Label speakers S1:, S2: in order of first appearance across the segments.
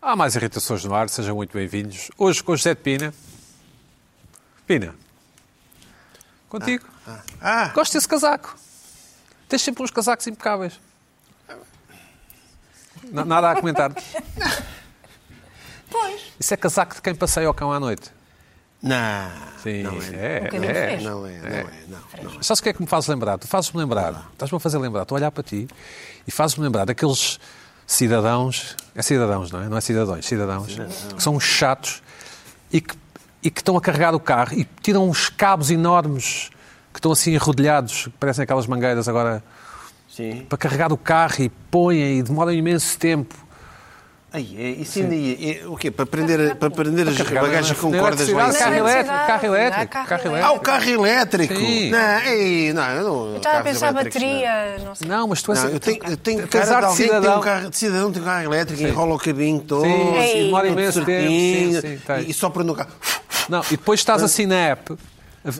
S1: Há mais irritações no ar, sejam muito bem-vindos. Hoje com José de Pina. Pina, contigo.
S2: Ah,
S1: Gosto desse casaco. Tens sempre uns casacos impecáveis. Na- nada a comentar.
S3: Pois.
S1: Isso é casaco de quem passeia ao cão à noite.
S2: não.
S1: Sim,
S2: não
S1: é.
S3: Um bocadinho
S1: é.
S3: fresco.
S2: Não é, não é, não. não.
S1: Sabes o que é que me fazes lembrar? Tu fazes-me lembrar, estás-me a fazer lembrar, estou a olhar para ti e fazes-me lembrar daqueles cidadãos, é cidadãos, não é? Não é cidadãos, cidadãos, que são uns chatos e que, e que estão a carregar o carro e tiram uns cabos enormes que estão assim enrodilhados, que parecem aquelas mangueiras agora,
S2: Sim.
S1: para carregar o carro e põem e demoram imenso tempo.
S2: Aí, é, isso ainda ia. é, O quê? Para prender, para prender as
S1: Carregar
S2: bagagens
S1: na-
S2: com
S1: na
S2: cordas lá em
S1: eletricidade,
S2: cima.
S1: é Carro
S3: Eletricidade,
S1: elétrico,
S3: dá
S1: carro elétrico,
S3: carro
S1: carro
S2: Ah, o
S1: elétrico.
S2: carro elétrico!
S1: Sim.
S2: Não, ei, não, eu não.
S3: Eu estava a
S2: carros
S1: é?
S3: pensar
S2: elétricos, não.
S3: baterias, não sei.
S1: Não, mas tu és assim,
S2: Não, eu tenho, eu tenho
S1: Apesar
S2: cara de
S1: de
S2: alguém que tem
S1: cidadão.
S2: um carro de cidadão, tem um carro elétrico, enrola o cabinho todo,
S1: Sim,
S3: sim,
S2: tudo
S1: demora imenso tempo,
S2: certinho,
S1: sim, tá sim, tem.
S2: e, e sopra no carro.
S1: Não, e depois estás assim na app,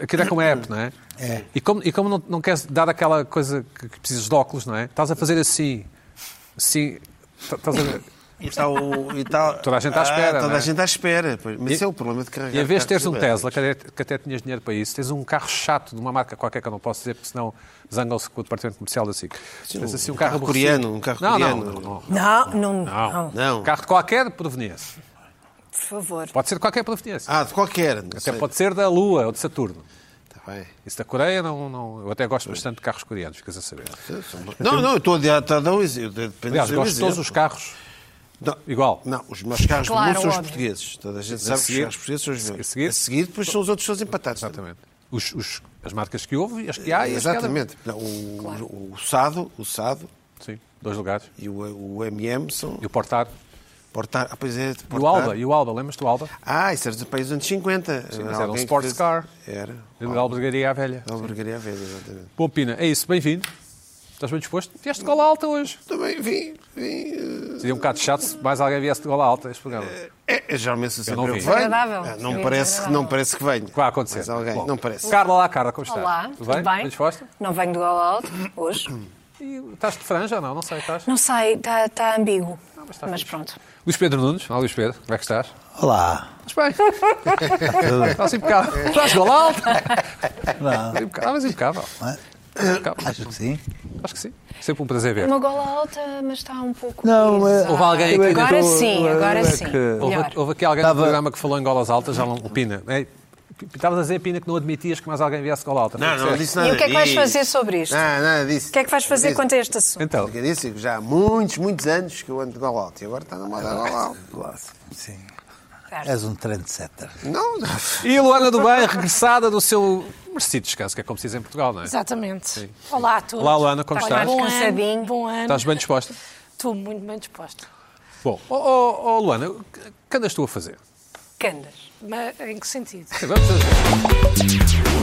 S1: aquilo é como a app, não é?
S2: É.
S1: E como, e como não, não queres dar aquela coisa que, que precisas de óculos, não é? Estás a fazer assim, assim, tá- estás a ver?
S2: E está o, e está,
S1: Toda a gente à espera,
S2: Ah, toda
S1: não é?
S2: a gente à espera. pois. Mas
S1: E-
S2: esse é o problema de carregar.
S1: E em vez de
S2: carros
S1: teres um
S2: elétricos.
S1: Tesla, que até, que até tinhas dinheiro para isso, tens um carro chato de uma marca qualquer que eu não posso dizer, porque senão zangam-se com o departamento comercial da SIC. Tens assim um
S2: um carro
S1: carro aborrecido.
S2: coreano, um carro
S1: não,
S2: coreano.
S1: Não, não, não.
S3: Não, não,
S1: Não.
S3: não,
S2: Não.
S1: Carro de qualquer proveniência.
S3: por favor.
S1: Pode ser de qualquer proveniência.
S2: Ah, de qualquer. Não
S1: até
S2: sei.
S1: pode ser da Lua ou de Saturno.
S2: Tá bem.
S1: Isso da Coreia, não, não- eu até gosto bastante de carros coreanos, ficas a saber.
S2: Não, não, eu estou a dar- estou a dar um exemplo. depende
S1: Aliás,
S2: do
S1: gosto de todos
S2: exemplo.
S1: os carros
S2: Não,
S1: igual.
S2: não, os meus carros
S3: Claro,
S2: não são os
S3: óbvio.
S2: portugueses. Toda a gente sabe
S1: seguir-
S2: que os carros portugueses são os
S1: a
S2: meus.
S1: seguir-
S2: A seguir, depois são os outros todos empatados.
S1: Exatamente. Os- os- as marcas que houve, e as que há e as que há.
S2: Exatamente. Não, o, o, o Sado, o Sado
S1: Sim, dois lugares.
S2: e o, o MM são...
S1: E o Portar.
S2: Portar, ah, pois é,
S1: E
S2: Portar.
S1: o Alba, e o Alba, lembras-te do Alba?
S2: Ah, isso era para os anos 50. Sim,
S1: mas era um sports car.
S2: Era.
S1: E o Albergaria à Velha.
S2: Da albergaria à velha, exatamente.
S1: Bom, Pina, é isso, bem-vindo. Estás bem disposto? Vieste de gola alta hoje.
S2: Também vim, vim... eh,
S1: Seria um bocado chato se mais alguém viesse de gola alta este programa.
S2: É, é, geralmente sou
S1: não
S2: sempre eu
S1: vi.
S2: que venho.
S3: Desagradável.
S2: Ah, Não
S3: Sim,
S2: parece, que- não
S3: desagradável.
S2: parece que venho.
S1: Que vai acontecer.
S2: Mas alguém,
S1: Bom.
S2: não parece.
S1: Carla, olá, Carla, como estás?
S3: Olá,
S1: tudo bem? Bem disposta?
S3: Não venho do Gola Alto hoje.
S1: E estás de franja ou não? Não sei, estás?
S3: Não sei, está tá ambíguo. mas,
S1: tá fixe.
S3: pronto.
S1: Luís Pedro Nunes, olá Luís Pedro, como é que estás?
S4: Olá.
S1: Estás bem? Estás impecável. Estás de gola alta? Estás impecável. Ah, mas impecável. Impecável.
S4: Acho que sim.
S1: Acho que sim. Sempre um prazer ver.
S3: Uma gola alta, mas está um pouco.
S4: Não,
S3: preso.
S4: mas-
S1: Houve alguém aqui
S3: Agora
S4: dentro-
S3: sim, agora
S4: é
S3: sim.
S4: que-
S1: Houve,
S3: Melhor.
S1: houve aqui alguém
S4: Estava-
S1: no programa que falou em golas altas, já não. O Pina. Ei, Estavas a dizer, Pina, que não admitias que mais alguém viesse gola alta.
S2: Não, não
S1: Disseste.
S2: disse nada
S3: E o que é que vais
S2: disso.
S3: fazer sobre isto?
S2: Não, nada disso.
S3: O que é que vais fazer quanto a este assunto?
S1: Então,
S2: Eu disse que já há muitos, muitos anos que eu ando de gola alta e agora está na moda gola alta.
S4: Sim.
S3: Certo.
S4: És um trendsetter.
S2: Não, não.
S1: e Luana do Bem, regressada do seu merecido descanso, que é como se diz em Portugal, não é?
S5: Exatamente. Olá a todos.
S1: Olá, Luana, como
S5: Olha,
S1: estás?
S5: Bom
S3: Cansadinho.
S5: ano, bom ano.
S1: Estás bem disposta?
S5: Estou muito bem disposta.
S1: Bom, oh, oh, oh, Luana, o que que andas tu a fazer?
S3: Candas.
S5: Mas em que sentido?
S1: Sim, vamos a-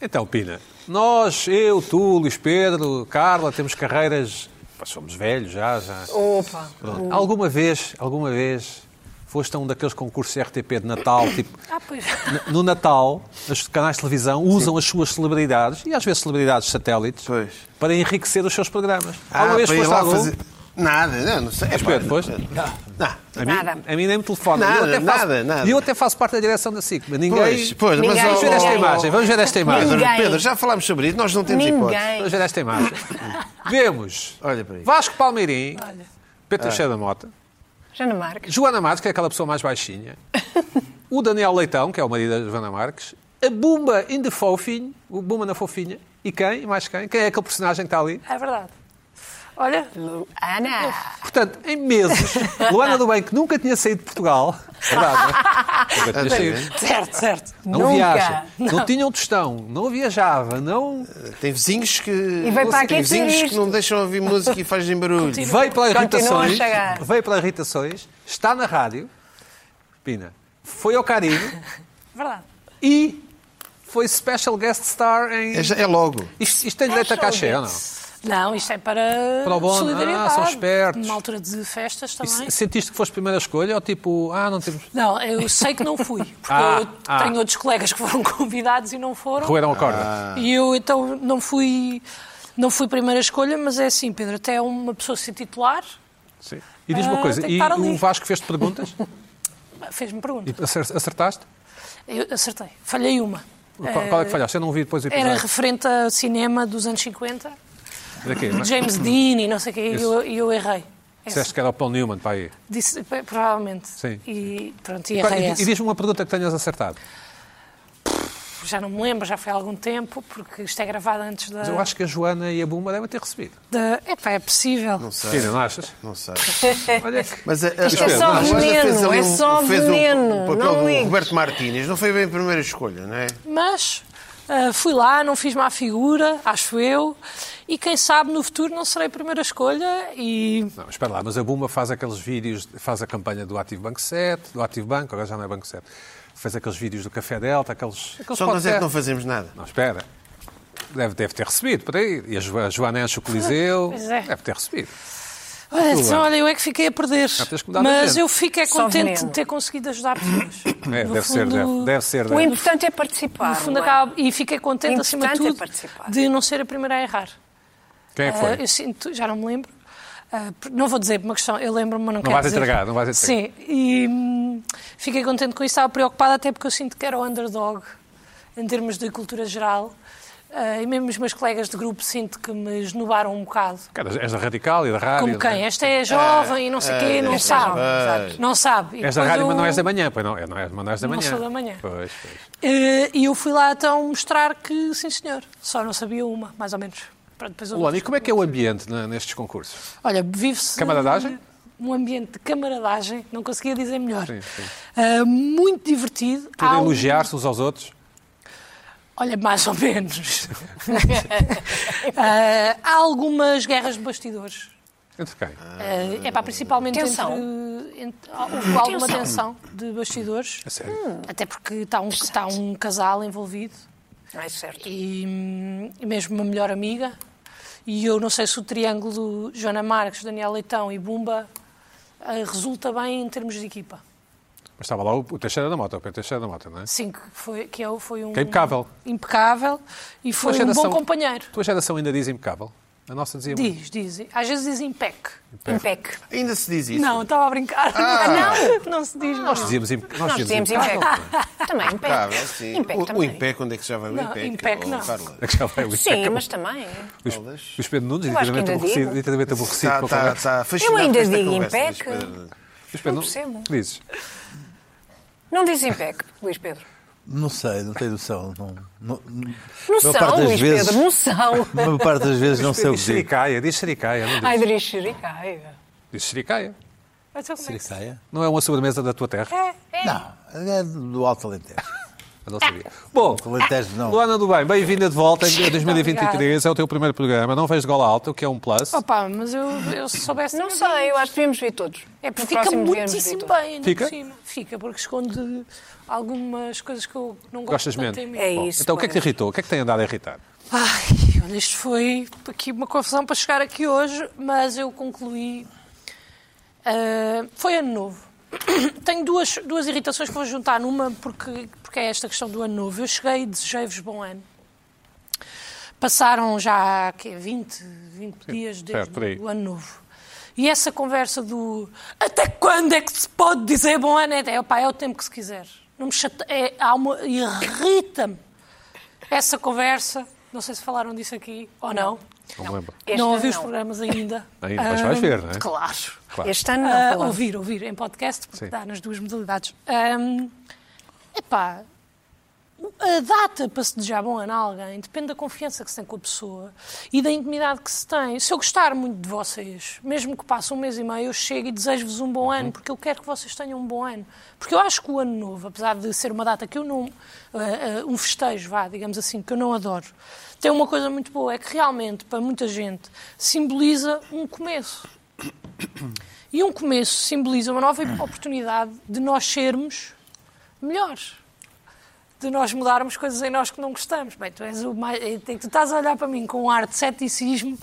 S1: Então, Pina, nós, eu, tu, Luís Pedro, Carla, temos carreiras. pá, Somos velhos já, já.
S3: Opa.
S1: Pronto. Alguma vez, alguma vez, foste a um daqueles concursos RTP de Natal, tipo,
S5: Ah, pois.
S1: n- no Natal, os canais de televisão usam as suas celebridades, e às vezes celebridades satélites,
S2: Pois.
S1: para enriquecer os seus programas.
S2: Ah,
S1: alguma vez
S2: para ir
S1: foste
S2: lá
S1: a algum?
S2: fazer. Nada, não, não sei. É
S1: Pedro,
S2: não-
S1: foste?
S2: Não.
S1: A mim,
S3: Nada.
S1: a mim nem me telefona.
S2: Nada,
S1: eu até faço,
S2: nada, nada.
S1: E eu até faço parte da direção da SIC, mas ninguém...
S2: Pois, pois, mas
S3: Ninguém.
S2: ó,
S1: Vamos ver
S2: ó,
S1: esta
S3: Ninguém.
S1: imagem, vamos ver esta imagem.
S2: Pedro,
S3: Ninguém.
S2: Pedro, já falámos sobre isso, nós não temos hipótese.
S3: Ninguém.
S1: Vamos ver esta imagem. Vemos
S2: Olha para aí.
S1: Vasco Palmeirim, Pedro Teixeira da Mota,
S3: Jana Marques.
S1: Joana Marques, que é aquela pessoa mais baixinha, o Daniel Leitão, que é o marido da Joana Marques, a Bumba in the Fofinho, o Bumba na Fofinha, e quem? E mais quem? Quem é aquele personagem que está ali?
S5: É verdade. Olha,
S3: Ana.
S1: Portanto, em meses, Luana do Bem, que nunca tinha saído de Portugal, verdade, não é? Nunca tinha saído.
S5: certo, certo.
S1: Não
S3: Nunca.
S1: viaja, não. tinha um tostão, não viajava, não
S2: Tem vizinhos que. E
S3: vai para aqui
S2: Tem
S3: dizer
S2: vizinhos que
S3: isto.
S2: não deixam ouvir música e fazem barulho.
S1: veio pelas
S3: Continuam a
S1: irritações,
S3: chegar.
S1: veio pelas irritações, está na rádio, Pina, foi ao Caribe
S5: Verdade.
S1: e foi special guest star em...
S2: É, já- é logo.
S1: Isto, isto tem direito a cachê ou não?
S5: Não, isto é para,
S1: Para o bono.
S5: solidariedade.
S1: Ah, são espertos. é
S5: Numa altura de festas
S1: E
S5: também.
S1: se- sentiste que foste primeira escolha ou tipo, ah, não temos.
S5: Não, eu sei que não fui, porque
S1: Ah,
S5: eu
S1: ah.
S5: tenho
S2: Ah,
S5: outros colegas que foram convidados e não foram.
S1: Roeram a corda.
S5: E eu então não fui. Não fui primeira escolha, mas é assim, Pedro, até uma pessoa ser titular
S1: Sim. E diz-me uma
S5: Ah,
S1: coisa,
S5: tem que
S1: e
S5: estar ali.
S1: o Vasco fez-te perguntas?
S5: fez-me pergunta.
S1: E acer- acertaste?
S5: Eu acertei. Falhei uma.
S1: Qual, qual é que falhaste? Eu não vi depois o
S5: Eh, Era
S1: episódio.
S5: referente a cinema dos anos 50,
S1: Era... Daqui,
S5: de James Dean e não sei o quê, e
S1: Isso.
S5: eu, e eu errei. Essa.
S1: Disseste que era o Paul Newman, para aí.
S5: Disse, p- provavelmente.
S1: Sim.
S5: E pronto, e
S1: E,
S5: errei
S1: e-
S5: essa.
S1: e diz-me uma pergunta que tenhas acertado.
S5: Já não me lembro, já foi há algum tempo, porque isto é gravado antes da...
S1: Mas eu acho que a Joana e a Buma devem ter recebido.
S5: da- Epá, é possível.
S2: Não sei.
S1: Filha, não achas?
S2: Não sei.
S5: É.
S1: Olha que...
S2: Mas a,
S3: Isto é
S1: só
S3: veneno, é só veneno,
S2: O um- papel
S3: não
S2: do
S3: ligues.
S2: Roberto Martínez não foi bem a primeira escolha, não é?
S5: Mas ah, fui lá, não fiz má figura, acho eu, e quem sabe no futuro não serei a primeira escolha e...
S1: Não, espera lá, mas a Buma faz aqueles vídeos, faz a campanha do Ativo Banco 7, do Ativo Banco, agora já não é Banco 7. Fez aqueles vídeos do Café Delta, aqueles. aqueles
S2: Só nós é que
S1: podcasts.
S2: não fazemos nada.
S1: Não, espera. Deve, deve ter recebido, peraí. E a, Jo- a Joana enche o Coliseu.
S5: Pois é.
S1: Deve ter recebido.
S5: Olha,
S1: Tudo
S5: então,
S1: bem.
S5: olha, eu é que fiquei a perder.
S1: tens que mudar de
S5: Mas
S1: agenda.
S5: eu fico é
S3: Só
S5: contente
S3: veneno.
S5: de ter conseguido ajudar pessoas.
S1: É,
S5: No
S1: deve, ser,
S5: fundo-
S1: deve, deve ser,
S3: O
S1: deve
S3: importante é participar.
S5: No fundo,
S3: não é?
S5: acaba, e fiquei contente,
S3: O
S5: acima de
S3: importante é
S5: tudo,
S3: participar.
S5: de não ser a primeira a errar.
S1: Quem é que foi?
S5: Ah, eu sinto, já não me lembro. Ah, por- não vou dizer por uma questão, eu lembro-me, mas não, quero
S1: vais
S5: dizer.
S1: entregar, não vais entregar.
S5: Sim, e hum, fiquei contente com isso, estava preocupada até porque eu sinto que era o underdog em termos de cultura geral. Ah, e mesmo os meus colegas de grupo sinto que me esnobaram um bocado.
S1: Cara, és da Radical e da Rádio.
S5: Como quem? Esta é jovem e não
S1: Ah,
S5: sei o quê, não
S2: esta é
S5: sabe.
S2: jovem.
S5: Não sabe. E
S1: És da
S5: depois
S1: Rádio, mas
S5: eu-
S1: não és da manhã, pois não. é, não és, mas não és da
S5: Não
S1: manhã.
S5: sou da manhã.
S1: Pois, pois.
S5: Eh, E eu fui lá então mostrar que, sim senhor, só não sabia uma, mais ou menos. Pronto, depois eu-
S1: Luana, e como é que é o ambiente na- nestes concursos?
S5: Olha, vive-se.
S1: Camaradagem?
S5: Um ambiente de camaradagem, não conseguia dizer melhor.
S1: Sim, sim.
S5: Ah, muito divertido.
S1: Tudo
S5: Há um-
S1: elogiar-se uns aos outros?
S5: Olha, mais ou menos. Ah, há algumas guerras de bastidores.
S1: Entre quem?
S5: Ah, é para principalmente
S3: Tensão.
S5: entre. entre houve alguma tensão de bastidores.
S1: A sério?
S5: Até porque está um, está um casal envolvido
S3: Ah, é certo.
S5: e, hum, e mesmo uma melhor amiga. E eu não sei se o triângulo Joana Marques, Daniel Leitão e Bumba ah, resulta bem em termos de equipa.
S1: Mas estava lá o, o Teixeira da Mota, o Pedro Teixeira da Mota, não é?
S5: Sim, que foi, que é, o- foi um.
S1: Que é impecável.
S5: Impecável e foi
S1: Tua
S5: um
S1: geração-
S5: bom companheiro.
S1: A tua geração ainda diz impecável? A nossa dizia muito.
S5: Diz, diz. Às vezes diz impec.
S3: Impec.
S2: Ainda se diz isso.
S5: Não, estava a brincar.
S1: Ah.
S5: não! Não se diz,
S3: Ah.
S5: não.
S1: Nós dizíamos, impe- nós
S3: Nós
S1: dizíamos
S3: temos
S1: impecável.
S3: impec. Também impec.
S2: Tá, mas sim.
S3: Impec
S2: o, o
S3: também.
S2: Impec, onde é que já vai o
S5: Não,
S2: Impec?
S5: Impec
S2: Oh,
S5: não.
S2: Carla.
S1: É que já vai o
S3: Sim,
S1: impecável.
S3: mas também.
S1: Os, os Pedro Nunes,
S3: Eu acho que
S1: inteiramente
S3: ainda
S1: aborrecido,
S3: digo.
S1: inteiramente aborrecido
S4: Tá,
S2: Está,
S1: com a
S2: está,
S1: conversa.
S2: está Tá, fascinado
S3: Eu ainda
S2: com esta
S3: digo
S2: conversa,
S3: Impec.
S2: Luís Pedro.
S1: Os Pedro
S3: não
S1: Nunes-
S3: percebo.
S1: Dizes.
S3: Não diz impec, Luís Pedro.
S4: Não sei, não tenho noção. Não, não, não,
S3: Não são, Luís Pedro, não são.
S4: A maior parte das vezes não sei o
S1: Diz
S4: que digo.
S1: xericaia, diz xericaia, não diz.
S3: Ai, diria xericaia.
S1: Diz xericaia.
S5: Então, como é que se-
S4: Siricaia?
S1: Não é uma sobremesa da tua terra?
S4: Não, é do Alto Alentejo.
S1: Eu não sabia. Bom,
S4: Alto Alentejo não.
S1: Luana do Bem, bem-vinda de volta em
S5: obrigada.
S1: 2023. É o teu primeiro programa. Não vejo gola alta, o que é um plus.
S5: Opa, mas eu, eu se soubesse.
S3: Não
S5: também
S3: sei,
S5: digo.
S3: eu acho que devíamos ver todos. No
S5: É porque é fica
S3: próximo devíamos ver
S5: muitíssimo
S3: todos.
S5: bem. ainda
S1: Fica?
S5: por cima. Fica, porque esconde algumas coisas que eu não gosto
S1: Gostas
S5: tanto
S1: menos?
S5: em mim.
S3: É
S1: Bom,
S3: isso,
S1: Então o que é que te
S3: pois.
S1: irritou? O que é que tem andado a irritar?
S5: Ai, olha, isto foi aqui uma confusão para chegar aqui hoje, mas eu concluí. Ah, foi ano novo. Tenho duas, duas irritações que vou juntar numa, porque, porque é esta questão do ano novo. Eu cheguei e desejei-vos bom ano. Passaram já quê, 20, 20 dias
S1: certo, é, por aí.
S5: desde o ano novo. E essa conversa do até quando é que se pode dizer bom ano? É, opá, é o tempo que se quiser. Não me chate... é, há uma... Irrita-me essa conversa. Não sei se falaram disso aqui ou não.
S1: Não me lembro.
S3: Este
S5: não ouvi
S3: não.
S5: os programas ainda.
S1: Ainda, mas vais ver, não é?
S5: Ah, Claro.
S1: Claro.
S3: Este ano
S5: Ah,
S3: não falamos.
S5: ouvir, ouvir em podcast, porque
S1: Sim.
S5: dá nas duas modalidades. Ahm, epá, a data para se desejar bom ano a alguém depende da confiança que se tem com a pessoa e da intimidade que se tem. Se eu gostar muito de vocês, mesmo que passe um mês e meio, eu chego e desejo-vos um bom ano, porque eu quero que vocês tenham um bom ano. Porque eu acho que o ano novo, apesar de ser uma data que eu não. ah, ah, um festejo, vá, digamos assim, que eu não adoro, tem uma coisa muito boa, é que realmente, para muita gente, simboliza um começo. E um começo simboliza uma nova oportunidade de nós sermos melhores. De nós mudarmos coisas em nós que não gostamos. Bem, tu és o mais. eh, Tu estás a olhar para mim com um ar de ceticismo,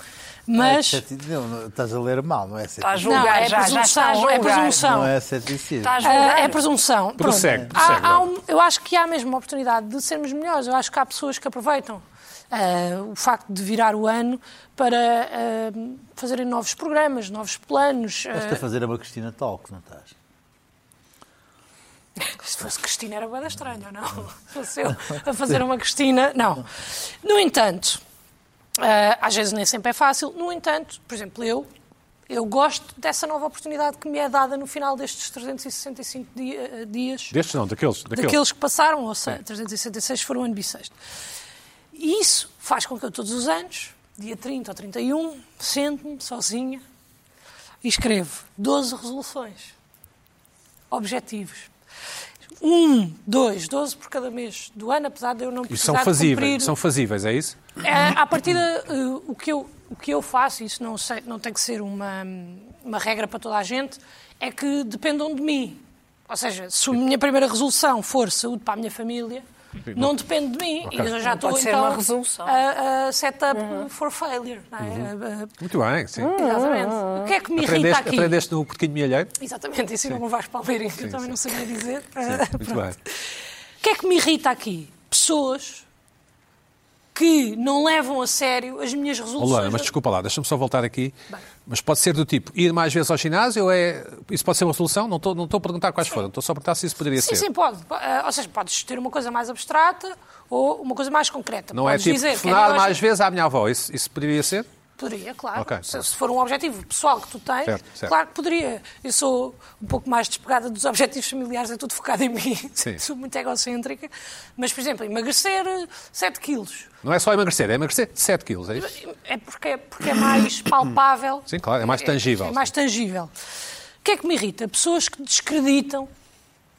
S5: mas.
S4: É seti- não, não, estás a ler mal, não é ceticismo.
S3: Está a
S5: não,
S3: julgar,
S5: é
S3: já, já está a
S5: presunção. É
S3: julgar.
S5: presunção.
S4: Não é ceticismo.
S3: Está a
S5: Ah,
S3: julgar.
S5: é presunção. Pronto.
S1: Prossegue, prossegue,
S5: Há- há
S1: Laura.
S5: um- eu acho que há mesmo a oportunidade de sermos melhores. Eu acho que há pessoas que aproveitam. ah, o facto de virar o ano para ah, fazerem novos programas, novos planos. ah,
S4: Estás a fazer uma Cristina Talk, não estás?
S5: Se fosse Cristina era bem estranho, não? Se fosse eu a fazer uma Cristina, não. No entanto, ah, às vezes nem sempre é fácil, no entanto, por exemplo, eu, eu gosto dessa nova oportunidade que me é dada no final destes 365 di- eh, dias
S1: Destes não, daqueles. Daqueles.
S5: daqueles que passaram, ou seja, 366 foram ano bissexto. E isso faz com que eu todos os anos, dia 30 ou 31, sente-me sozinha e escrevo 12 resoluções, objetivos. Um, dois, 12 por cada mês do ano, apesar de eu não
S1: E
S5: precisar
S1: são
S5: de
S1: fazíveis,
S5: cumprir...
S1: são fazíveis, é isso?
S5: É, à partida, eh, o, que eu, o que eu faço, isso não, sei- não tem que ser uma, uma regra para toda a gente, é que dependam de mim. Ou seja, se a minha primeira resolução for saúde para a minha família, não depende de mim. E eu já estou,
S3: pode ser
S5: então,
S3: uma resolução. Uhum.
S5: a- a set up for failure. não é?
S1: Muito bem, sim.
S5: A- a- exatamente. O que é que me Hum, irrita
S1: Uhum. Aprendeste,
S5: aqui?
S1: aprendeste no porquinho de milheiro?
S5: Exatamente, isso não o Vasco Palmeirinho, que eu também não sabia dizer. Eh,
S1: Muito
S5: Pronto.
S1: bem.
S5: O que é que me irrita aqui? Pessoas que não levam a sério as minhas
S1: Ó,
S5: resoluções.
S1: Luana, mas é desculpa lá, deixa-me só voltar aqui. Mas pode ser do tipo, ir mais vezes ao ginásio ou é... Isso pode ser uma solução? Não estou, não estou a perguntar quais foram, estou só a perguntar se isso poderia
S5: Sim,
S1: ser.
S5: sim, pode. Eh, Ou seja, podes ter uma coisa mais abstrata ou uma coisa mais concreta.
S1: Não
S5: podes
S1: é tipo,
S5: dizer,
S1: telefonar
S5: quero ir ao
S1: mais vezes à minha avó, isso, isso poderia ser?
S5: Poderia, claro.
S1: Ok,
S5: se,
S1: pronto.
S5: se for um objetivo pessoal que tu tens,
S1: Certo, certo.
S5: claro que poderia. Eu sou um pouco mais despegada dos objetivos familiares, é tudo focado em mim.
S1: Sim.
S5: sou muito egocêntrica. Mas, por exemplo, emagrecer eh, 7 quilos.
S1: Não é só emagrecer, é emagrecer 7 quilos, é isso?
S5: É porque, porque é mais palpável.
S1: Sim, claro, é mais tangível.
S5: É mais tangível. O que é que me irrita? Pessoas que descreditam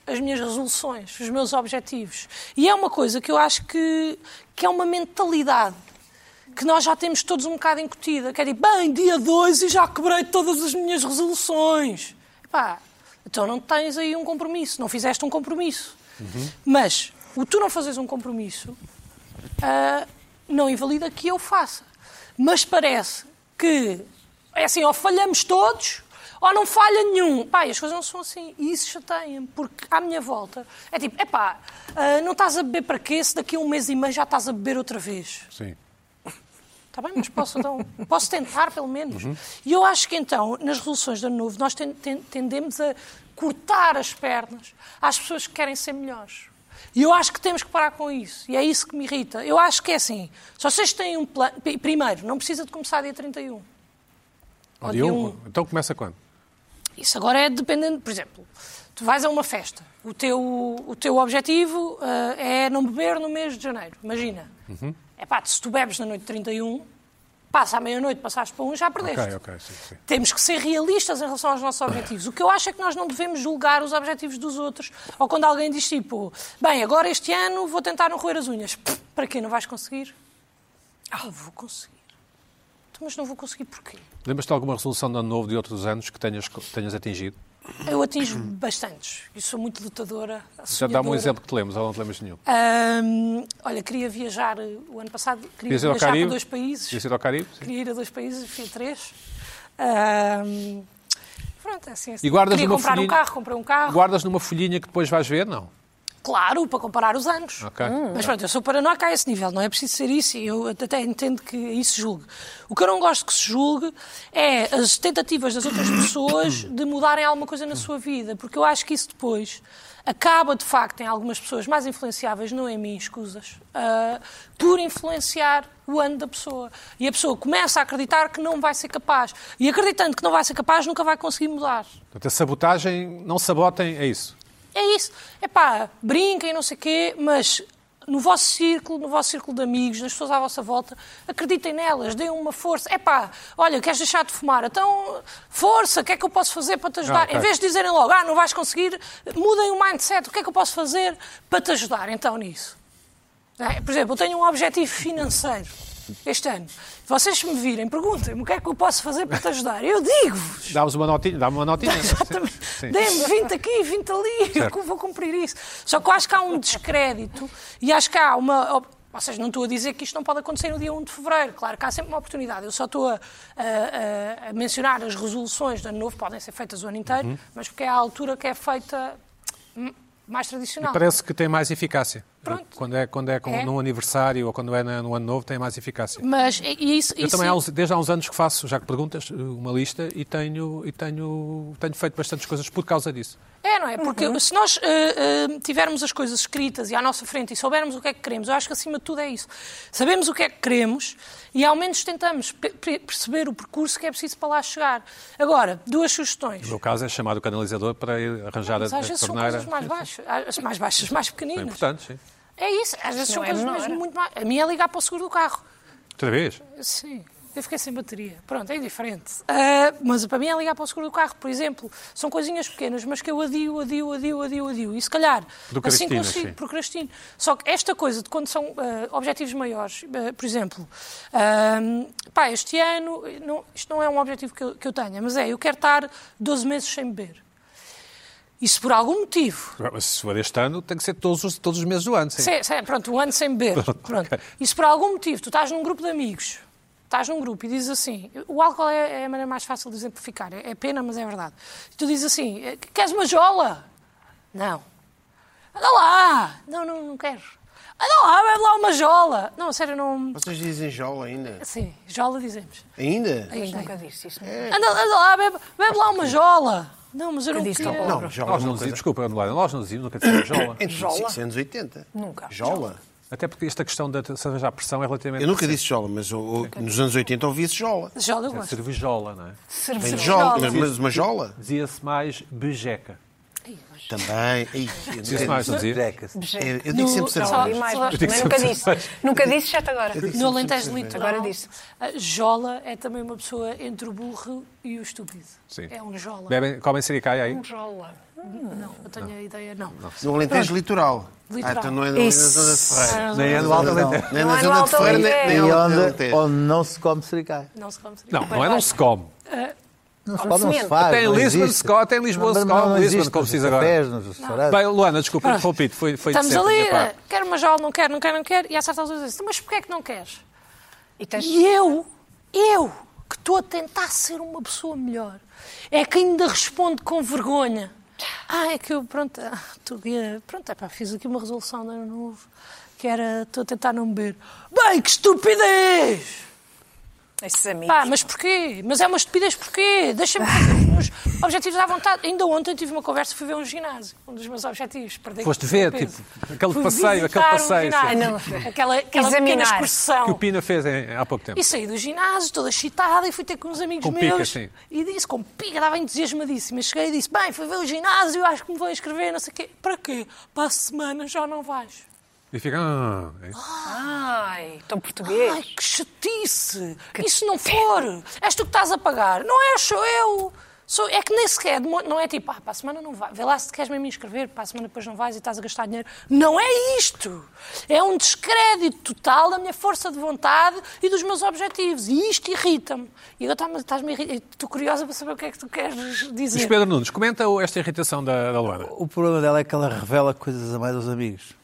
S5: as minhas resoluções, os meus objetivos. E é uma coisa que eu acho que, que é uma mentalidade que nós já temos todos um bocado incutida, que é tipo, bem, dia 2 e já quebrei todas as minhas resoluções. Pá, então não tens aí um compromisso, não fizeste um compromisso.
S1: Uhum.
S5: Mas o tu não fazes um compromisso ah, não invalida que eu faça. Mas parece que é assim, ou falhamos todos ou não falha nenhum. Pá, e as coisas não são assim. E isso chateia-me, porque à minha volta é tipo, epá, ah, não estás a beber para quê se daqui a um mês e meio já estás a beber outra vez?
S1: Sim.
S5: Está bem, mas posso, então, posso tentar, pelo menos. E eu acho que, então, nas resoluções de ano novo, nós ten- ten- tendemos a cortar as pernas às pessoas que querem ser melhores. E eu acho que temos que parar com isso. E é isso que me irrita. Eu acho que é assim. Se vocês têm um plano... P- Primeiro, não precisa de começar dia 31. Ou
S1: Dia
S5: dia
S1: um.
S5: um.
S1: Então começa quando?
S5: Isso agora é dependendo... Por exemplo, tu vais a uma festa. O teu, o teu objetivo ah, é não beber no mês de janeiro. Imagina.
S1: Uhum.
S5: É pá, se tu bebes na noite de 31... Passa à meia-noite, passaste para um, já perdeste.
S1: Ok, ok, sim, sim.
S5: Temos que ser realistas em relação aos nossos objetivos. O que eu acho é que nós não devemos julgar os objetivos dos outros. Ou quando alguém diz tipo, bem, agora este ano vou tentar não roer as unhas. Pff, Para quê? Não vais conseguir? Ah, vou conseguir. Então, Mas não vou conseguir porquê?
S1: Lembras-te de alguma resolução de ano novo de outros anos que tenhas, que tenhas atingido?
S5: Eu atinjo bastantes. Eu sou muito lutadora.
S1: Já dá-me um
S5: sonhadora.
S1: exemplo que te lemos, ou não te lembras de nenhum.
S5: Ahm, olha, queria viajar eh, o ano passado, queria
S1: Querias ir ao
S5: viajar para
S1: Caribe?
S5: dois países.
S1: Querias ir ao Caribe? Sim.
S5: Queria ir a dois países, fui a três. Ahm, pronto, é assim. é assim.
S1: E guardas
S5: queria
S1: uma
S5: comprar um
S1: folhinha-
S5: carro, comprei um carro.
S1: Guardas numa folhinha que depois vais ver? Não.
S5: Claro, para comparar os anos. Hum.
S1: Ok.
S5: Mas pronto, eu sou paranoica a esse nível, não é preciso ser isso, e eu até entendo que isso se julgue. O que eu não gosto que se julgue é as tentativas das outras pessoas de mudarem alguma coisa na sua vida, porque eu acho que isso depois acaba, de facto, em algumas pessoas mais influenciáveis, não em mim, escusas, ah, por influenciar o ano da pessoa. E a pessoa começa a acreditar que não vai ser capaz. E acreditando que não vai ser capaz, nunca vai conseguir mudar.
S1: Portanto, a sabotagem, não sabotem, é isso.
S5: É isso. É pá, brinquem, não sei o quê, mas no vosso círculo, no vosso círculo de amigos, nas pessoas à vossa volta, acreditem nelas, deem uma força. É pá, olha, queres deixar de fumar? Então, força, o que é que eu posso fazer para te ajudar?
S1: Ah, ok.
S5: Em vez de dizerem logo, ah, não vais conseguir, mudem o mindset, o que é que eu posso fazer para te ajudar então nisso? Não é? Por exemplo, eu tenho um objetivo financeiro este ano. Vocês se me virem, perguntem-me o que é que eu posso fazer para te ajudar. Eu digo-vos.
S1: Dá-vos uma notinha, dá-me uma notinha.
S5: Tá, Exatamente.
S1: Sim.
S5: Dê-me 20 aqui, 20 ali, eu vou cumprir isso. Só que eu acho que há um descrédito e acho que há uma. Ou seja, não estou a dizer que isto não pode acontecer no dia 1 de fevereiro. Claro que há sempre uma oportunidade. Eu só estou a, a- a- a mencionar
S1: Uhum.
S5: as resoluções do ano novo, podem ser feitas o ano inteiro, mas porque é a altura que é feita mais tradicional.
S1: Parece que tem mais eficácia.
S5: Pronto.
S1: Quando é, quando é, com,
S5: É.
S1: num aniversário ou quando é na- no ano novo, tem mais eficácia.
S5: Mas e- e isso,
S1: Eu
S5: isso
S1: também, há uns- desde há uns anos que faço, já que perguntas, uma lista e tenho, e tenho, tenho feito bastantes coisas por causa disso.
S5: É, não é? Porque
S3: Uhum.
S5: se nós eh, eh, tivermos as coisas escritas e à nossa frente e soubermos o que é que queremos, eu acho que acima de tudo é isso. Sabemos o que é que queremos e ao menos tentamos pe- pe- perceber o percurso que é preciso para lá chegar. Agora, duas sugestões.
S1: No meu caso é chamar o canalizador para ir arranjar
S5: Mas
S1: a, a
S5: às vezes são
S1: torneira.
S5: coisas mais baixas, as mais baixas, mais
S1: É
S5: pequeninas.
S1: importante, sim.
S5: É isso, às vezes
S3: Não
S5: são
S3: é
S5: coisas
S3: menor.
S5: mesmo muito mais. A minha é ligar para o seguro do carro.
S1: Outra vez?
S5: Sim, eu fiquei sem bateria. Pronto, é indiferente. Ah, mas para mim é ligar para o seguro do carro, por exemplo. São coisinhas pequenas, mas que eu adio, adio, adio, adio, adio. E se calhar, assim
S1: Procrastinas,
S5: consigo,
S1: sim.
S5: procrastino. Só que esta coisa de quando são ah, objetivos maiores, ah, por exemplo, ah, pá, este ano, não, isto não é um objetivo que eu, que eu tenha, mas é, eu quero estar 12 meses sem beber. E se por algum motivo
S1: Mas se for este ano, tem que ser todos os, todos os meses do ano, sim.
S5: Sim, sim, pronto, um ano sem beber. Pronto. E se por algum motivo tu estás num grupo de amigos, estás num grupo e dizes assim, o álcool é, é a maneira mais fácil de exemplificar, é, é pena, mas é verdade. E tu dizes assim, eh, queres uma jola? Não. Anda lá! Não, não, não quero. Anda lá, bebe lá uma jola! Não, sério, não...
S2: Vocês dizem jola ainda?
S5: Sim, jola dizemos.
S2: Ainda?
S3: Mas nunca disse isso.
S5: Anda, anda lá, bebe, bebe lá uma jola! Não, mas eu não
S3: Nunca disse
S5: queria...
S3: não.
S2: Não, jola
S1: Nós
S2: é
S1: não
S2: uma
S1: dizíamos,
S2: coisa... Então-
S1: desculpa, Ana Laura, nós não dizíamos, nunca dizíamos jola.
S2: Entre
S3: Jola?
S2: 680?
S3: Nunca.
S2: Jola?
S1: Até porque esta questão da cerveja à pressão é relativamente...
S2: Eu nunca disse jola, mas eu- eu- nos anos 80 ouvi-se jola.
S5: Jola eu
S1: É
S5: gosto.
S1: cervejola, não é?
S2: Vem
S3: Cerveja.
S2: de jola,
S1: né?
S2: mas- mas uma jola?
S1: Dizia-se mais bejeca.
S2: Também. Ih, eu nunca
S1: Dizia-se mais, não
S2: disse-
S1: dizia?
S4: Jeca-se.
S2: Eu, eu
S5: No-
S2: digo sempre
S5: não,
S3: Não,
S2: cerveja.
S3: e mais,
S5: Só-
S3: mas também nunca disse. Nunca disse, já está agora.
S5: No Alentejo Litoral,
S3: Agora disse.
S5: a Jola é também uma pessoa entre o burro e o estúpido.
S1: Sim.
S5: É um Jola.
S1: Bebem, comem siricaia aí?
S3: Jola.
S5: Não, eu tenho a ideia, não.
S2: No Alentejo Litoral.
S5: Litoral.
S2: Ah, então não é ali na
S3: Isso.
S2: zona de Ferreira.
S1: Nem é no Alto Alentejo.
S2: Nem
S3: Não
S2: na
S3: é no
S2: zona de
S3: Alto
S2: Ferreira, nem- nem
S3: Alentejo.
S4: E
S2: no
S4: onde,
S2: Alentejo.
S4: onde não se come sericai.
S5: Não se come seria.
S1: Não, não é não se come.
S4: Não se come, não se
S3: Sim.
S4: faz.
S1: Até em
S4: não
S1: Lisbon
S4: existe.
S1: se come, até em Lisboa
S4: Não,
S1: se
S4: não,
S1: come,
S4: não
S1: Lisbon,
S4: existe
S1: como
S4: nos
S1: se diz agora.
S4: cafés, nos restaurantes.
S1: Bem, Luana, desculpa, interrompi-te, foi, foi de
S5: Estamos
S1: sempre a minha
S5: ali,
S1: parte.
S5: eh, quero uma Jola, não quero, não quero, não quero. E há certas alturas dizem, mas porquê é que não queres?
S3: E tens...
S5: E eu, eu, que estou a tentar ser uma pessoa melhor, é que ainda respondo com vergonha. Ah, é que eu, pronto, ah, tu, eh, pronto, é pá, fiz aqui uma resolução de ano novo, que era, estou a tentar não beber. Bem, que estupidez!
S3: Esses amigos.
S5: Pá, mas porquê? Mas é uma estupidez porquê? Deixa-me fazer os meus objetivos à vontade. Ainda ontem tive uma conversa e fui ver um ginásio. Um dos meus objetivos. Perder
S1: Foste ver,
S5: peso.
S1: tipo, aquele
S5: Fui
S1: passeio, aquele
S5: visitar um
S1: passeio, sim.
S5: ginásio. Aquela, aquela pequena
S3: Examinar.
S1: que o
S5: excursão.
S1: Pina fez em- há pouco tempo.
S5: E saí do ginásio, toda excitada, e fui ter com uns amigos
S1: Com pica,
S5: meus.
S1: sim.
S5: E disse, com pica, estava entusiasmadíssima. Cheguei e disse, bem, fui ver o ginásio, acho que me vou inscrever, não sei o quê. Para quê? Para a semana já não vais.
S1: E fica... Ah, é.
S3: Ai, tão
S5: Ai,
S3: português.
S5: que chatice! E se não for? És tu que estás a pagar. Não és, sou eu. Sou, é que nem sequer, demo- não é tipo, ah, para a semana não vai. Vê lá se queres mesmo inscrever, para a semana depois não vais e estás a gastar dinheiro. Não é isto! É um descrédito total da minha força de vontade e dos meus objetivos. E isto irrita-me. E eu estás-me- estás-me irri- estou curiosa para saber o que é que tu queres
S1: Luís
S5: dizer.
S1: Pedro Nunes, comenta esta irritação da, da Luana.
S4: O problema dela é que ela revela coisas a mais aos amigos.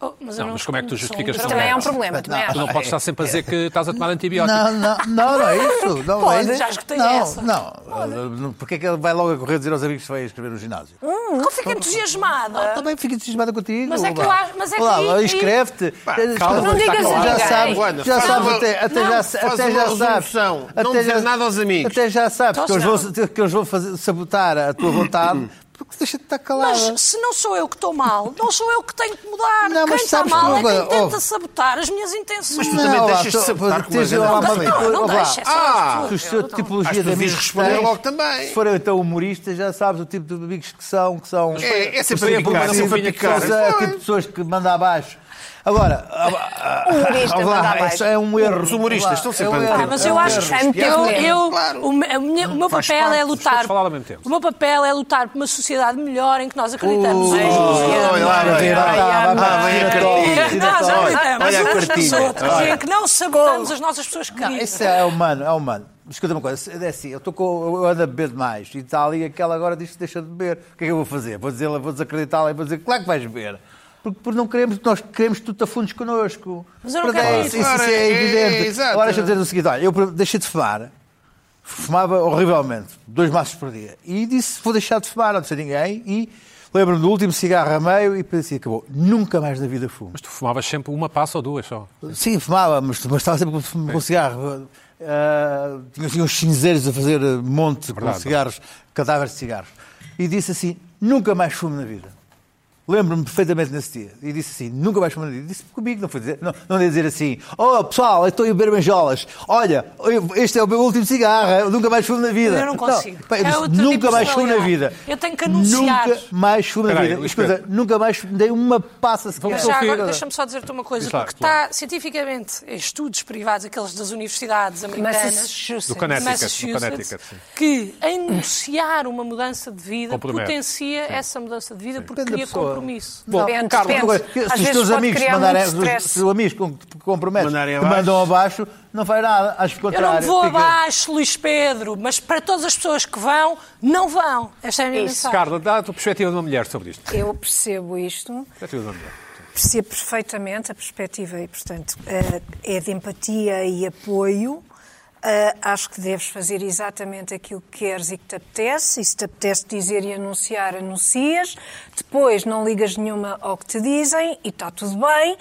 S5: Oh, mas eu
S1: Não, mas como é que tu
S5: sou
S1: justificas
S5: um
S1: também?
S3: Também é um
S1: Não.
S3: problema. Também
S1: Tu não
S3: acho.
S1: podes estar sempre a dizer que estás a tomar antibiótico.
S4: Não, não, não, não é isso. Não,
S5: Pode,
S4: não é isso.
S5: já escutei
S4: não,
S5: essa.
S4: Não, porque é que ele vai logo a correr dizer aos amigos que se vai inscrever no ginásio?
S5: Como fica entusiasmada?
S4: Também fica entusiasmada contigo.
S5: Mas é que eu
S4: vá.
S5: acho- mas é que
S4: Olá,
S5: aí-
S4: lá,
S5: aí-
S4: inscreve-te.
S1: calma,
S3: Não digas a
S4: Já
S3: ninguém.
S4: sabes,
S2: Guarda,
S4: já
S2: faz
S4: sabes,
S2: uma-
S4: até, até já,
S2: faz
S4: até
S2: uma
S4: já sabes.
S2: resolução. Não
S4: até
S2: dizer
S4: já-
S2: nada aos amigos.
S4: Até já sabes que
S3: Todos
S4: eles vão, que eles vão fazer, sabotar a tua vontade porque deixa-te estar calada.
S5: Mas se não sou eu que estou mal, não sou eu que tenho que mudar.
S4: Não,
S5: quem
S4: mas
S5: está
S4: sabes
S5: mal
S4: que
S5: é quem
S4: agora-
S5: tenta
S4: oh.
S5: sabotar as minhas intenções.
S2: Mas tu também
S4: Não, lá,
S2: deixas-te
S4: tu-
S2: sabotar com uma
S4: tens
S2: grande
S4: lá uma
S2: confusão.
S5: Não, não
S4: Vá.
S5: deixa, é só
S2: Ah,
S5: as
S4: Se o
S5: pessoas.
S4: seu tipo
S2: Acho que
S4: de
S2: tu devias
S4: amigos
S2: responder
S4: tens,
S2: logo também.
S4: Se forem então humoristas, já sabes o tipo de amigos que são, que são.
S2: É- é sempre
S4: Pessoas
S2: a picar,
S4: que-
S2: sempre a
S4: que-
S2: picar.
S4: pessoas, é,
S2: Pois.
S4: tipo pessoas que mandam abaixo. Agora,
S3: Humorista,
S4: ah,
S3: manda
S4: vá,
S3: abaixo.
S4: isso é um erro.
S2: Os humoristas estão
S4: Vá, é
S2: sempre
S4: um
S2: a
S5: Pá,
S4: erro.
S2: meter-
S5: mas eu acho
S3: É um
S5: que eu,
S3: pior.
S5: eu-
S2: Claro.
S5: o, me- a minha- o meu
S2: Faz
S5: papel
S2: parte,
S5: é
S2: estou
S1: a
S5: lutar.
S1: falar ao mesmo tempo.
S5: O meu papel é lutar por uma sociedade melhor em que nós acreditamos. É Ai,
S2: olha lá,
S5: ai,
S2: Oh. Ah, vem, vai,
S5: ai,
S4: vai,
S5: ai, ai,
S4: vai, vai,
S5: ai,
S4: vai,
S5: ai, Nós
S4: vai,
S5: acreditamos
S2: olha a
S5: umas nas
S2: cortina,
S5: outras e
S2: olha.
S5: em que não sabotamos as nossas pessoas
S4: Não,
S5: queridas.
S4: isso é humano, é humano. Escuta uma coisa, se- é assim, eu, estou com, eu ando a beber demais e está ali aquela agora diz que deixa de beber. O que é que eu vou fazer? Vou dizer, vou desacreditá-la e vou dizer, claro que vais beber. Porque, porque não queremos, nós queremos que tu te afundes connosco.
S5: Mas eu não
S4: Porque é
S5: quero
S4: isso,
S2: isso.
S4: isso, isso é
S2: Ora, é,
S4: evidente.
S2: exato.
S4: Agora deixa-me dizer o seguinte: olha, eu deixei de fumar, fumava horrivelmente, dois maços por dia, e disse, vou deixar de fumar, não disse a ninguém, e Lembro-me do último cigarro a meio e pensei, acabou, nunca mais na vida fumo.
S1: Mas tu fumavas sempre uma passa ou duas só.
S4: Sim, fumava, mas, mas estava sempre com, com cigarro. Ah, tinha, tinha uns cinzeiros a fazer ah, monte
S1: Verdade.
S4: com cigarros, cadáveres de cigarros. E disse assim: nunca mais fumo na vida. Lembro-me perfeitamente nesse dia. E disse assim: nunca mais fumo na vida. Disse comigo, não foi dizer, não, não ia dizer assim: oh pessoal, eu estou a beber banjolas. Olha, eu- este é o meu último cigarro, eu nunca mais fumo na vida. Então,
S5: Eu não consigo.
S4: pá, eu
S5: É
S4: disse,
S5: outro tipo
S4: nunca
S5: de
S4: mais fumo na vida.
S5: personalidade. Eu tenho que anunciar.
S4: Nunca mais fumo na
S1: Espera aí,
S4: vida.
S1: Luís
S4: Escuta,
S1: Pedro.
S4: nunca mais dei uma passa sequer.
S1: Vamos
S5: Mas
S1: Sou
S5: já agora
S1: figura.
S5: deixa-me só dizer-te uma coisa,
S1: Diz lá,
S5: porque
S1: claro.
S5: está cientificamente em estudos privados, aqueles das universidades americanas,
S3: Massachusetts.
S1: Do Connecticut, do
S5: Massachusetts,
S1: Connecticut, sim.
S5: que anunciar uma mudança de vida
S1: Compromete.
S5: potencia essa mudança de vida porque
S4: Depende da
S5: cria
S4: pessoa.
S5: compromisso.
S4: Bom,
S3: Depende,
S4: Carlos,
S3: depende.
S4: agora, que-
S3: Às
S4: se os
S3: vezes
S4: teus
S3: pode
S4: amigos te
S3: criar
S4: mandarem,
S3: muito
S4: os- os
S3: stress.
S4: teus amigos com que te comprometes,
S2: Mandarem
S4: te
S2: abaixo.
S4: mandam abaixo, não faz nada. Acho que o
S5: Eu não
S4: contrário,
S5: vou
S4: fica-
S5: abaixo, Luís Pedro, mas para todas as pessoas que vão, não vão. Esta é a minha
S3: Isso.
S5: mensagem.
S1: Carla, dá a tua perspectiva de uma mulher sobre isto.
S3: Eu percebo isto.
S1: Perspectiva de uma mulher.
S3: percebo perfeitamente a perspectiva e, portanto, eh, é de empatia e apoio. Eh, Acho que deves fazer exatamente aquilo que queres e que te apetece, e se te apetece dizer e anunciar, anuncias. Depois não ligas nenhuma ao que te dizem e está tudo bem.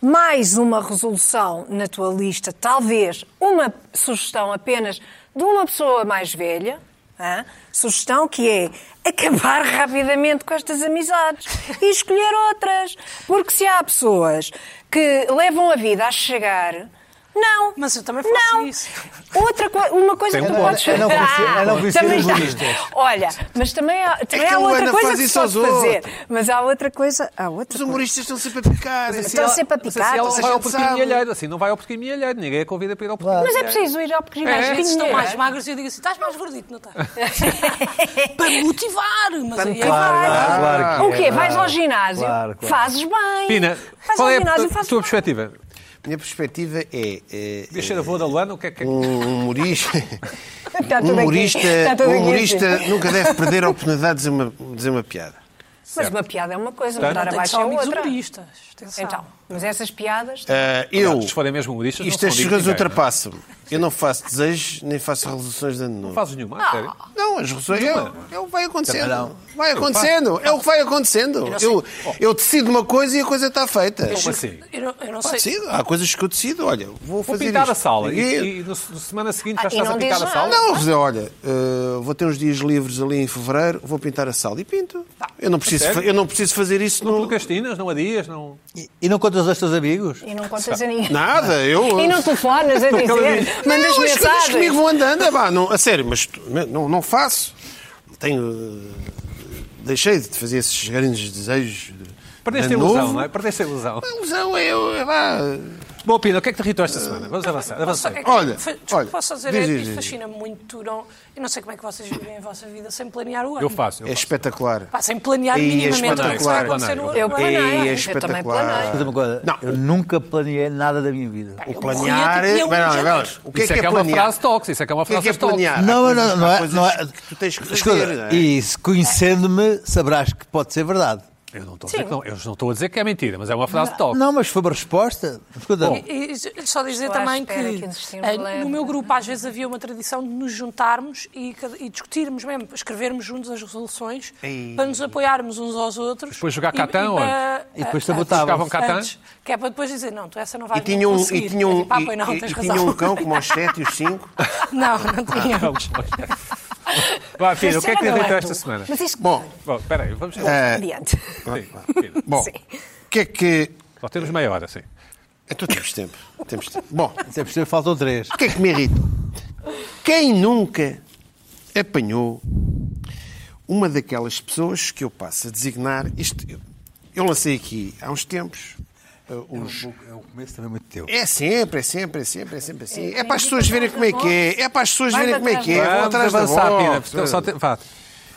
S3: Mais uma resolução na tua lista, talvez uma sugestão apenas de uma pessoa mais velha, Hã? Sugestão que é acabar rapidamente com estas amizades e escolher outras. Porque se há pessoas que levam a vida a chegar, não.
S5: Mas eu também faço
S3: não.
S5: isso.
S3: Outra coi- uma coisa
S1: Tem
S3: que
S1: um
S3: tu
S1: ponto.
S3: podes
S4: É não conhecer- é não conhecer
S3: também
S4: os
S3: está-
S4: budistas.
S3: Olha, mas também há, também
S2: que
S3: há
S2: a
S3: outra
S2: Luana
S3: coisa
S2: faz
S3: que
S2: isso
S3: se pode
S2: aos
S3: fazer.
S2: outros.
S3: Mas há outra coisa. Há outra
S2: Os
S3: coisa. Então,
S2: humoristas estão sempre a assim, picar.
S3: Estão sempre a picar. é
S1: Ela
S2: Essa
S1: vai ao
S2: gente
S1: porquinho
S2: sabe.
S1: alheiro, assim, não vai ao porquinho alheiro, ninguém a convida para ir ao porquinho
S3: Mas é
S1: alheiro.
S3: preciso ir ao pequenino.
S5: Às vezes estão mais
S3: É.
S5: magros e eu digo assim: estás mais gordito, não estás? para motivar, mas aí é
S4: Claro,
S5: vai.
S4: claro, claro que
S3: O quê?
S4: é,
S3: Vais
S4: claro.
S3: ao ginásio?
S4: Claro, claro.
S3: Fazes bem.
S1: Pina,
S3: Vais
S1: qual
S3: ao
S1: é a,
S3: ginásio e
S1: a
S3: fazes
S1: tua
S3: bem.
S1: perspectiva?
S2: Minha perspectiva é, é,
S1: Deixa a avô da Luana, o que é que é? que-
S2: um humorista.
S3: Está
S2: Um
S3: tudo aqui.
S2: humorista,
S3: Está tudo
S2: um
S3: aqui
S2: humorista
S3: assim.
S2: nunca deve perder a oportunidade de dizer uma, dizer uma piada.
S3: Mas uma piada é uma coisa,
S2: Tá.
S1: Portanto,
S3: mandar
S5: Tem que
S3: abaixo
S5: ser
S3: é
S4: um
S5: amigos
S3: outra.
S5: humoristas. atenção.
S3: Então, mas essas piadas...
S2: Ah, eu,
S1: Se forem mesmo humoristas, não se
S2: isto é as
S1: convida
S2: chegando
S1: ninguém.
S2: ultrapassa-me. Eu não faço desejos, nem faço resoluções de ano
S1: Não
S2: novo.
S1: fazes nenhuma, a sério.
S3: Ah.
S2: Não, as resoluções. É, é o que vai acontecendo.
S4: não.
S2: Vai acontecendo. É o que vai acontecendo. Eu, eu decido uma coisa e a coisa está feita.
S1: Como assim?
S5: eu não, eu não
S2: Pá,
S5: sei.
S2: decido. Há coisas que eu decido. Olha, vou
S1: Vou
S2: fazer
S1: pintar
S2: isto.
S1: a sala e,
S2: E-
S1: e no, na semana seguinte
S3: Ah,
S1: já
S3: e
S1: estás a
S3: não
S1: pintar a
S3: diz
S1: sala.
S3: nada.
S2: Não, José, olha, eh, vou ter uns dias livres ali em fevereiro, vou pintar a sala e pinto. Eu não preciso,
S1: a
S2: fa-
S1: sério?
S2: eu não preciso fazer isso
S1: Não
S2: no.
S1: procrastinas, não adias, não.
S4: E, e não contas aos teus amigos?
S3: E não contas a ninguém.
S2: Nada, eu.
S3: E não telefonas a dizer, mandas
S2: não, as coisas comigo
S3: mensagens.
S2: vão andando, é pá, não, a sério, mas tu- não, não faço. Tenho. eh, Deixei de fazer esses grandes desejos. de-
S1: Perdeste
S2: de
S1: a ilusão,
S2: novo.
S1: não é? Perdeste a ilusão.
S2: A ilusão é. eu- é lá.
S1: Bom, Pina, o que é que te irritou esta semana? Vamos avançar. Avança.
S5: É
S1: aí.
S5: que-
S2: Olha,
S5: fa- desculpa,
S2: olha,
S5: posso dizer,
S2: diz,
S5: é,
S2: diz,
S5: isto
S2: diz.
S5: fascina-me muito. Não, eu não sei como é que vocês vivem a vossa vida sem planear o ano.
S1: Eu faço. Eu
S2: É
S1: faço.
S2: espetacular.
S5: Pá, sem planear
S2: Ei, é
S5: minimamente o que é que vai
S2: espetacular.
S5: acontecer no
S1: Eu
S5: ano.
S3: Eu
S2: É
S3: planeio. Eu também
S2: espetacular.
S3: planeio.
S4: Escuta uma coisa,
S2: Não.
S4: eu nunca planeei nada da minha vida.
S2: O planear. é-
S5: Eu morria, tipo,
S2: Espera lá,
S5: eu-
S2: espera lá. O que é
S1: Isso
S2: que é
S1: uma
S2: planear?
S1: frase tóxica. Isso é que é uma
S2: O que é
S1: frase
S2: que é planear? Há
S4: Não,
S2: coisas-
S4: não, não
S2: há
S4: é-
S2: coisas
S4: não é-
S2: que Tu tens que fazer. não
S4: Escuta,
S2: é?
S4: e se conhecendo-me, saberás que pode ser verdade.
S1: Eu não estou a dizer que não. Eu não estou a dizer que é mentira, mas é uma frase
S3: Oh.
S1: tóxica.
S4: Não, mas foi uma resposta. Escuta,
S1: Bom.
S5: E- e- e Só dizer
S3: Estou à
S5: também que,
S3: espera que existia um
S5: eh,
S3: problema.
S5: no meu grupo às vezes havia uma tradição de nos juntarmos e, cada- e discutirmos mesmo, escrevermos juntos as resoluções para nos apoiarmos uns aos outros.
S1: Depois jogar um Catão,
S5: para-
S1: olha.
S4: E depois
S5: ah,
S4: sabotavam.
S5: antes-
S1: Jogavam Catão?
S5: antes, Que é para depois dizer, não, tu essa não
S2: E
S5: vais
S2: tinha um,
S5: conseguir.
S2: e tinha um,
S5: É tipo, ah,
S2: e,
S5: pois não,
S2: e-
S5: tens
S2: e
S5: razão.
S2: tinha um cão como aos sete e os cinco.
S5: Não, não tinha.
S1: Vamos. Vá, Pina, o que é que te
S3: Mas
S1: irritou
S3: será
S1: esta semana?
S3: Mas isto...
S2: Bom,
S1: Bom, espera aí, vamos.
S2: É.
S3: Adiante.
S1: Sim, Pina.
S2: bom.
S3: Sim.
S2: O que é que.
S1: Só temos meia hora, sim.
S2: Então temos tempo. Temos tempo. Bom,
S4: até perceber, faltam três.
S2: o que é que me irrita? Quem nunca apanhou uma daquelas pessoas que eu passo a designar. Isto, eu, eu lancei aqui há uns tempos. uh, os,
S4: É o começo também muito teu.
S2: É sempre, é sempre, é sempre, é sempre assim. É para as pessoas verem como é que é. É para as pessoas verem como é que é. Vão
S1: Vamos
S2: atrás da
S1: avançar, Pina.
S2: voz.
S1: porque Só te... Vá,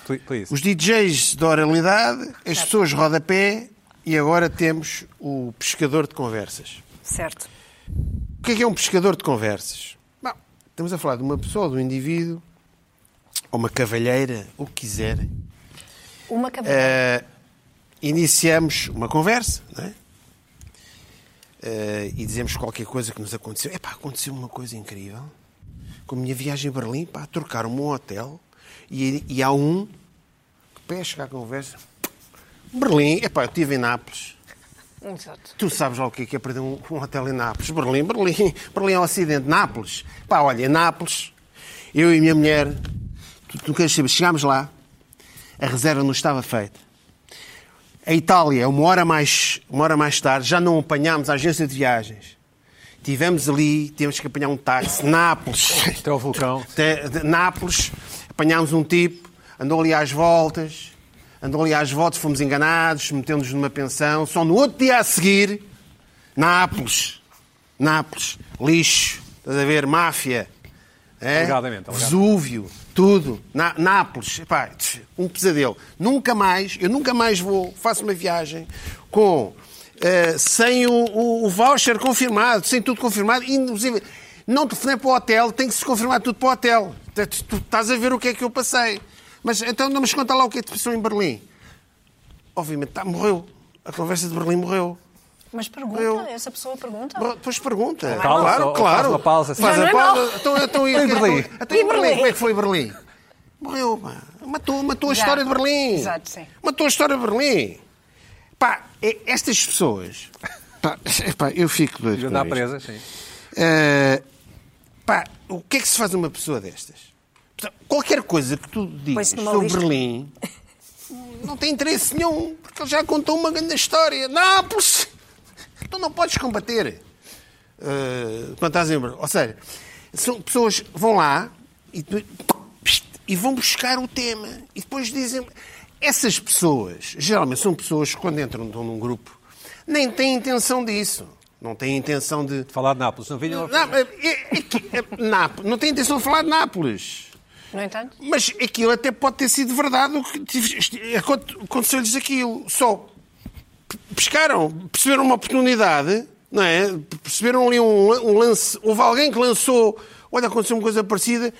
S1: Pl- please.
S2: Os DJs da oralidade, as pessoas rodapé e agora temos o pescador de conversas.
S3: Certo.
S2: O que é que é um pescador de conversas? Bom, estamos a falar de uma pessoa, de um indivíduo, ou uma cavalheira, o que quiserem.
S3: Uma cabeça.
S2: Eh, iniciamos uma conversa, não é? Eh, e dizemos qualquer coisa que nos aconteceu. Epá, aconteceu uma coisa incrível. Com a minha viagem a Berlim, pá, trocaram-me um hotel e, e há um que pesca a conversa Berlim, epá, eu estive em Nápoles.
S3: Exato.
S2: Tu sabes lá o que é, que é perder um, um hotel em Nápoles. Berlim, Berlim, Berlim é o Ocidente. Nápoles. Pá, olha, em Nápoles, eu e minha mulher, tu, tu queres saber, chegámos lá, a reserva não estava feita. A Itália, uma hora mais, uma hora mais tarde, já não apanhámos a agência de viagens. Tivemos ali, tivemos que apanhar um táxi. Nápoles.
S1: Até ao é vulcão.
S2: Até de Nápoles, apanhámos um tipo, andou ali às voltas, andou ali às voltas, fomos enganados, metemos-nos numa pensão. Só no outro dia a seguir, Nápoles, Nápoles, lixo, estás a ver, máfia, é?
S1: Alegadamente, alegadamente.
S2: Vesúvio, tudo, Na- Nápoles, epá, tch, um pesadelo. Nunca mais, eu nunca mais vou, faço uma viagem com. eh, sem o, o- o voucher confirmado, sem tudo confirmado, inclusive não telefonei para o hotel, tem que se confirmar tudo para o hotel. Tu, tu estás a ver o que é que eu passei. Mas então não me conta lá o que é que passou em Berlim. Obviamente, tá, morreu. A conversa de Berlim morreu.
S3: Mas pergunta,
S2: Eu-
S3: essa pessoa pergunta.
S2: Bom, Depois pergunta.
S1: pausa,
S2: claro,
S1: ou
S2: claro.
S1: faz uma pausa, assim.
S2: Faz
S3: Já
S2: a
S3: não é
S2: pausa. Então, então, e-
S1: Em Berlim.
S2: então, e
S3: Em Berlim.
S2: Berlim? Como é que foi Berlim? Morreu, pá. Matou, matou a
S3: Já.
S2: história de Berlim.
S3: Exato, sim.
S2: Matou a história de Berlim. Pá, e- estas pessoas... Pá, pá, eu fico doido
S1: Já
S2: com
S1: está
S2: isto.
S1: presa, sim.
S2: Eh, pá, o que é que se faz a uma pessoa destas? Portanto, Qualquer coisa que tu digas
S3: Põe-se numa
S2: sobre
S3: lista.
S2: Berlim não tem interesse nenhum, porque ele já contou uma grande história. Nápoles! Tu não podes combater. Eh, quando estás em Berlim. Ou seja, são pessoas que vão lá e, tu- e vão buscar o tema. E depois dizem. Essas pessoas, geralmente são pessoas que quando entram num- num grupo, nem têm intenção disso. Não têm intenção de
S1: Falar de Nápoles, não vinham...
S2: não, é- é- é que- é- Náp- não tenho intenção de falar de Nápoles.
S3: No entanto,
S2: Mas aquilo até pode ter sido verdade. o que tive- aconte- Aconteceu-lhes aquilo. Só p- pescaram, perceberam uma oportunidade, não é? P- Perceberam ali um, lan- um lance. Houve alguém que lançou. Olha, aconteceu uma coisa parecida.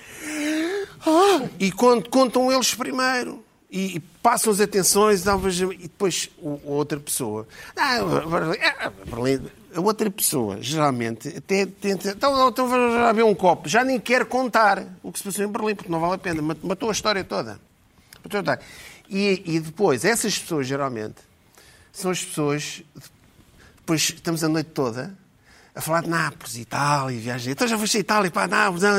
S2: Ah, E cont- contam eles primeiro. E, e passam as atenções, dão-vos- e depois o- a outra pessoa. Ah, Berlim- ah, Berlim- a outra pessoa, geralmente, até tenta. Então, então vamos lá ver um copo. Já nem quer contar o que se passou em Berlim, porque não vale a pena. Mat- Matou a história toda. Matou a história. E, e depois, essas pessoas, geralmente, são as pessoas. Depois estamos a noite toda a falar de Nápoles, Itália, viagem. Então já foste a Itália, pá, Nápoles. não,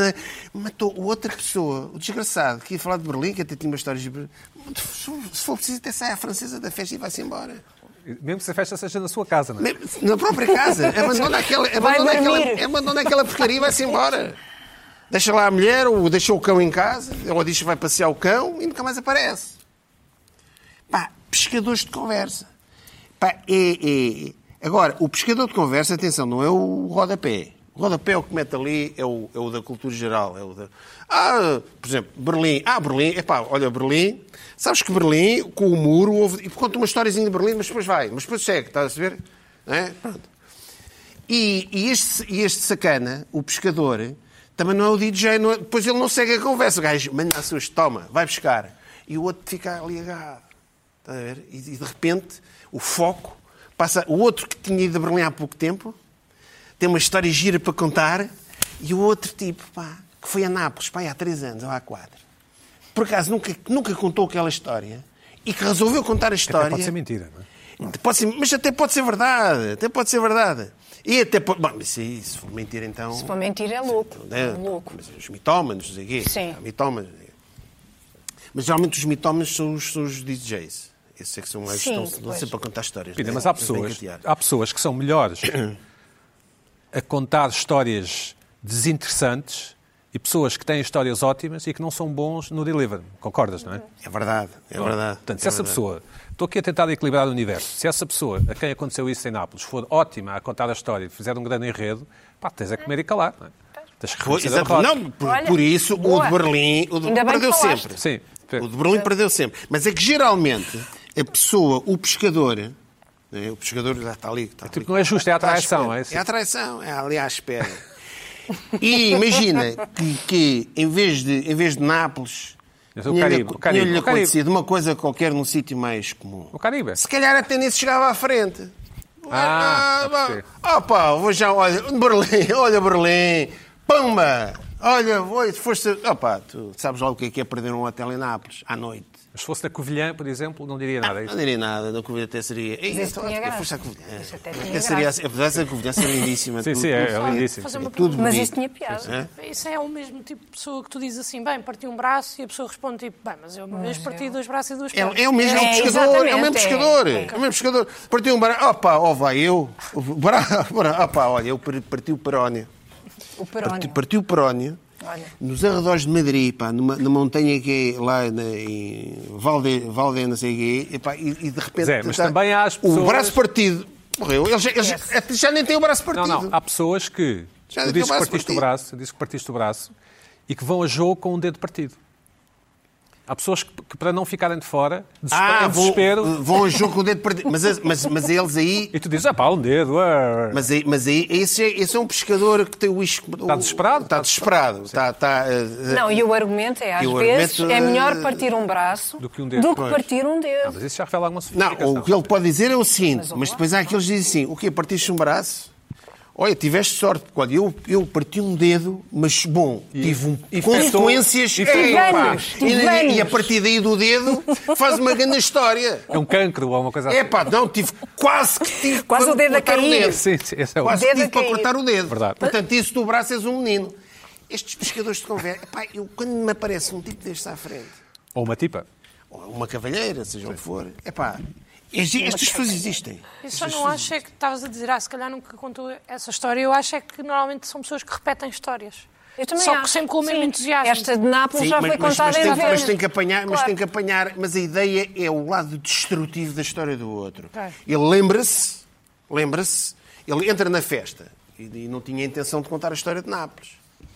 S2: não. Matou outra pessoa, o desgraçado, que ia falar de Berlim, que até tinha umas histórias de Berlim. Se for preciso, até sai a francesa da festa e vai-se embora.
S1: Mesmo que a festa seja na sua casa, não é?
S2: Mesmo Na própria casa. Abandona aquela, abandona
S3: dormir.
S2: aquela, abandona aquela porcaria e vai-se embora. Deixa lá a mulher, ou deixa o cão em casa, ou diz que vai passear o cão e nunca mais aparece. Pá, pescadores de conversa. Pá, é, é- Agora, o pescador de conversa, atenção, não é o rodapé. O rodapé é o que mete ali, é o, é o da cultura geral. É o da... Ah, por exemplo, Berlim. Ah, Berlim, epá, olha, Berlim. Sabes que Berlim, com o muro, houve... e conta uma historiazinha de Berlim, mas depois vai, mas depois segue, estás a saber? Não é? Pronto. E, e este, e este sacana, o pescador, também não é o DJ, não é- depois ele não segue a conversa. O gajo manda a suas, toma, vai buscar. E o outro fica ali agarrado. Está a ver? E, e de repente o foco passa. O outro que tinha ido a Berlim há pouco tempo tem uma história gira para contar e o outro tipo, pá, que foi a Nápoles, pá, há três anos ou há quatro. Por acaso nunca, nunca contou aquela história e que resolveu contar a história.
S1: Pode ser mentira, não é?
S2: Pode ser- mas até pode ser verdade, até pode ser verdade. E até pode. Bom, mas se, se for mentir, então.
S3: se for mentir, é louco.
S2: né?
S3: É louco.
S2: Mas os mitómanos, não sei o quê.
S3: Sim.
S2: Há mitómanos. não sei o quê. Mas geralmente os mitómanos são os, são os DJs. Esses é que são mais
S3: Sim,
S2: que estão, estão
S3: pois.
S2: sempre a contar histórias.
S1: Pina,
S2: né?
S1: mas há
S2: Eles vêm
S1: pessoas,
S2: catear.
S1: há pessoas que são melhores a contar histórias desinteressantes e pessoas que têm histórias ótimas e que não são bons no delivery. Concordas, não é?
S2: É verdade, é verdade.
S1: Portanto, se
S2: é
S1: essa
S2: verdade.
S1: pessoa, estou aqui a tentar equilibrar o universo, se essa pessoa a quem aconteceu isso em Nápoles for ótima a contar a história e fizer um grande enredo, pá, tens a comer e calar, não é? Tens que
S2: Pois,
S1: reconhecer a
S2: exato.
S1: derrota.
S2: Não, por,
S3: Olha,
S2: por isso
S3: boa.
S2: o de Berlim o de-
S3: Ainda bem que
S2: perdeu
S3: falaste.
S2: sempre.
S1: Sim.
S2: O de Berlim perdeu sempre. Mas é que geralmente a pessoa, o pescador, né, o pescador já está ali. Está
S1: tipo,
S2: ali
S1: não é justo, é a
S2: Está à
S1: traição,
S2: espera.
S1: é assim.
S2: É a traição, é ali à espera. e imagina que, que em, vez de, em vez de Nápoles.
S1: Eu sou é o Caribe, o Caribe,
S2: tinha-lhe
S1: o Caribe.
S2: acontecido uma coisa qualquer num sítio mais comum.
S1: O Caribe.
S2: Se calhar até nem se chegava à frente.
S1: Ah,
S2: vá-
S1: pode ser.
S2: ah pá, vou já, olha, Berlim, olha Berlim, pumba, olha, vou, foste, ah pá, tu sabes lá o que é, que é perder um hotel em Nápoles, à noite.
S1: Mas se fosse da Covilhã, por exemplo, não diria nada.
S2: Não diria nada, da Covilhã até seria. Ei,
S3: isso
S2: então,
S3: tinha
S2: eu
S3: graça.
S2: foste à Covilhã.
S3: Isso até tinha
S2: Até seria, assim,
S3: graça.
S2: apesar da Covilhã ser lindíssima.
S1: Sim,
S2: tudo,
S1: sim, é, é
S2: tudo.
S5: Olha,
S1: lindíssimo.
S5: fazer uma
S2: tudo
S5: pergunta.
S3: Mas
S2: bonito.
S3: isso tinha piada.
S5: Isso é o mesmo tipo de pessoa que tu dizes assim, bem, parti um braço e a pessoa responde tipo, bem, mas eu uma vez parti dois braços e duas pernas.
S2: É, é o mesmo
S3: É,
S2: pescador, é o mesmo
S3: exatamente, é.
S2: pescador, é, o mesmo pescador. Partiu um barão, opá, ó vai eu, bará, bará, opá, olha, eu par- parti o perónio.
S3: O
S2: Parti,
S3: perónio.
S2: partiu o perónio,
S3: Olha.
S2: nos arredores de Madrid, pá, numa, numa montanha que é lá na, em Valde, Valde, não sei o quê, e, pá, e, e de repente...
S1: Zé, mas também há as
S2: O
S1: pessoas-
S2: braço partido morreu, ele já, ele já- já nem tem o braço partido.
S1: Não, não. Há pessoas que.
S2: Já
S1: tu
S2: deu
S1: dizes que
S2: braço
S1: partiste o
S2: partido.
S1: braço, dizes que partiste o braço e que vão a jogo com um dedo partido. Há pessoas que, que para não ficarem de fora, desespero,
S2: Ah, vão,
S1: desespero
S2: vão ao jogo com o dedo partido. Mas, mas, mas eles aí...
S1: e tu dizes, ah pá, um dedo. ah."
S2: Mas, aí, mas aí, esse, é, esse é um pescador que tem o isco. Está
S1: desesperado?
S2: Está desesperado. Está, está, eh, eh,
S3: Não, e o argumento é, às
S2: E o
S3: vezes,
S2: argumento,
S3: é melhor
S2: eh,
S3: partir um braço
S1: do que um dedo.
S3: do que
S1: Pois.
S3: partir um
S1: Ah,
S3: dedo.
S1: mas isso já revela alguma
S2: não,
S1: sofisticação.
S2: o que ele pode dizer é o seguinte,
S3: Mas,
S2: mas,
S3: ó,
S2: depois há aqueles que dizem assim: o quê? Partiste um braço? Olha, tiveste sorte, porque olha, eu, eu parti um dedo, mas bom, tive um,
S1: e
S2: consequências.
S1: afetou- e um
S2: É,
S1: afetou-
S2: pá.
S3: Tive
S2: e,
S3: anos.
S2: e a partir daí do dedo faz uma grande história.
S1: É um cancro ou alguma coisa assim.
S2: É pá, não, tive quase que tive
S3: Quase
S2: para
S3: o dedo a
S2: cortar
S3: cair.
S2: dedo.
S1: Sim, sim, esse é o...
S2: Quase
S3: dedo a
S2: tive para
S3: cair.
S2: cortar o dedo.
S1: Verdade.
S2: Portanto, isso do braço és um menino. Estes pescadores de conversa, epá, eu, quando me aparece um tipo destes à frente,
S1: Ou uma tipa.
S2: ou uma cavalheira, seja o que for, epá, estes, estas pessoas existem.
S5: Eu só não acho é que estavas a dizer, ah, se calhar nunca contou essa história. Eu acho é que normalmente são pessoas que repetem histórias.
S3: Eu também
S5: só que
S3: acho.
S5: sempre com o mesmo
S3: Sim.
S5: entusiasmo.
S3: Esta de Nápoles já foi
S2: mas,
S3: contada
S2: mas, tem,
S3: em
S2: que- mas
S3: vez.
S2: tem que apanhar, mas
S3: Claro.
S2: tem que apanhar, mas a ideia é o lado destrutivo da história do outro.
S5: Claro.
S2: Ele lembra-se, lembra-se, ele entra na festa e, e não tinha a intenção de contar a história de Nápoles.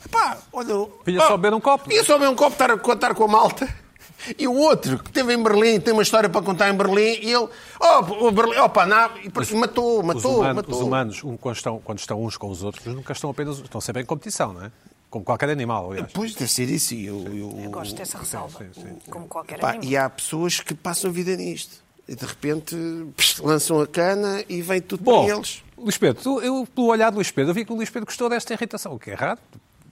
S2: Epá, olha, oh,
S1: Vinha só beber um copo.
S2: Vinha só beber um copo, estar a contar com a malta. E o outro, que esteve em Berlim, tem uma história para contar em Berlim, e ele, oh, o Berlim, oh, pá, não, e matou,
S1: Os,
S2: matou,
S1: humanos,
S2: matou.
S1: os humanos, um, quando, estão, quando estão uns com os outros, nunca estão apenas. Estão sempre em competição, não é? Como qualquer animal, aliás.
S2: Pois, deve ser isso. E eu, eu,
S3: Eu gosto dessa ressalva, como qualquer
S2: Pá,
S3: animal.
S2: e há pessoas que passam a vida nisto. E de repente pss, lançam a cana e vem tudo
S1: Bom,
S2: para eles.
S1: Luís Pedro, tu- eu, pelo olhar do Luís Pedro, eu vi que o Luís Pedro gostou desta irritação, o que é raro.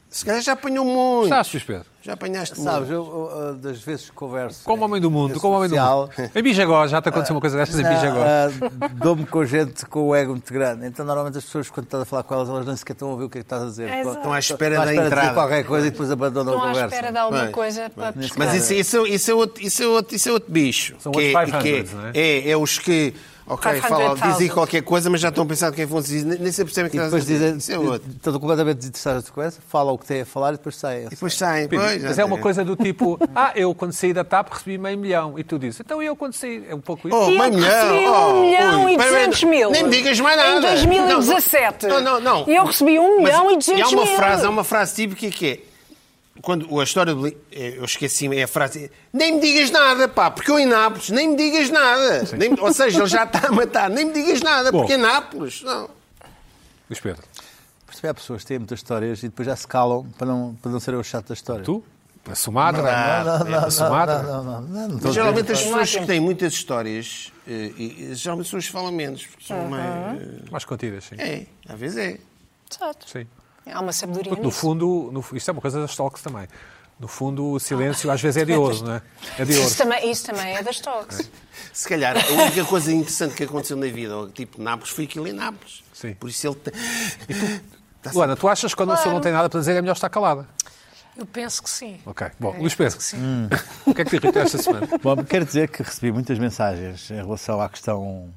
S2: Se calhar já apanhou muito.
S1: Gostaste, Luís Pedro?
S2: Já apanhaste
S4: Sabes,
S2: muito.
S4: eu, eu, eu, das vezes que converso.
S1: Como
S4: em
S1: homem do mundo,
S4: rede
S1: como homem do mundo.
S4: social,
S1: Em Bijagó, já te aconteceu uma coisa destas em Bijagó.
S4: Ah, ah, Dou-me com gente com o ego muito grande. Então, normalmente, as pessoas, quando estás a falar com elas, elas nem sequer estão a ouvir o que é que estás a dizer.
S5: Exato.
S2: Estão à espera
S4: Estão
S2: da
S4: de dizer
S2: entrada.
S4: qualquer coisa e depois abandonam a
S3: Estão à
S4: conversa.
S3: espera de alguma
S2: Bem,
S3: coisa para pescar.
S2: Mas isso, isso, isso, é outro, isso, é outro, isso é outro bicho.
S1: São
S2: que
S1: outros
S2: é,
S1: 500,
S2: que
S1: não é?
S2: é, é os que ok,
S3: 500,000.
S2: falam, dizem qualquer coisa, mas já estão a pensar o que é que vão dizer. Nem nem se percebem o que
S4: E
S2: estás a
S4: depois
S2: dizer.
S4: dizem,
S2: Isso é outro.
S4: estão completamente desinteressados da conversa, falam o que têm a falar e depois saem.
S2: E depois saem. pois,
S1: Mas
S2: já
S1: é uma
S2: sei.
S1: coisa do tipo, ah, eu quando saí da TAP recebi meio milhão. E tu dizes, então eu quando saí. É um pouco isso.
S2: Oh,
S3: E eu
S2: meio
S3: recebi
S2: milhão. Oh,
S3: 1 milhão
S2: ui,
S3: e
S2: pera,
S3: 200 mil.
S2: Nem me digas mais nada.
S3: Em 2017.
S2: Não, não, não.
S3: E eu recebi 1
S2: Mas
S3: milhão e
S2: e
S3: 200
S2: há uma
S3: mil.
S2: frase, há uma frase típica que é. Quando a história do. Li- eh, Eu esqueci-me, é a frase. Nem me digas nada, pá, porque eu em Nápoles, nem me digas nada. Nem- ou seja, ele já está a matar, nem me digas nada,
S1: Bom.
S2: porque em Nápoles. Não.
S1: Luís Pedro,
S4: Percebe, há pessoas que têm muitas histórias e depois já se calam para não, para não serem o chato da história.
S1: tu? A Sumatra?
S4: Não, não,
S1: É, a
S4: não,
S1: Sumatra?
S4: não, não, não, não, não estou a
S1: Então,
S2: Mas
S4: dizer.
S2: geralmente as
S3: Não há
S2: pessoas que
S3: tempo.
S2: têm muitas histórias, eh, e- e geralmente são as que falam menos, porque são meio.
S1: Mais contidas, sim.
S2: eh, É, às vezes é.
S3: Exato.
S1: sim.
S3: Há uma sabedoria
S1: Porque no
S3: nisso.
S1: fundo, no, isto é uma coisa das talks também. No fundo, o silêncio
S4: Ah,
S1: às vezes é de ouro, não é? É de ouro.
S3: Isso também, isso também é das toques.
S2: Se calhar a única coisa interessante que aconteceu na vida, ao tipo de Nápoles, foi aquilo em Nápoles.
S1: Sim.
S2: Por isso ele tem.
S1: Luana, tu achas que quando a pessoa não tem nada para dizer é melhor estar calada?
S5: Eu penso que sim.
S1: Ok.
S4: É
S1: Bom, Luís Pedro, o que é que te irritou esta semana?
S4: Bom, quero dizer que recebi muitas mensagens em relação à questão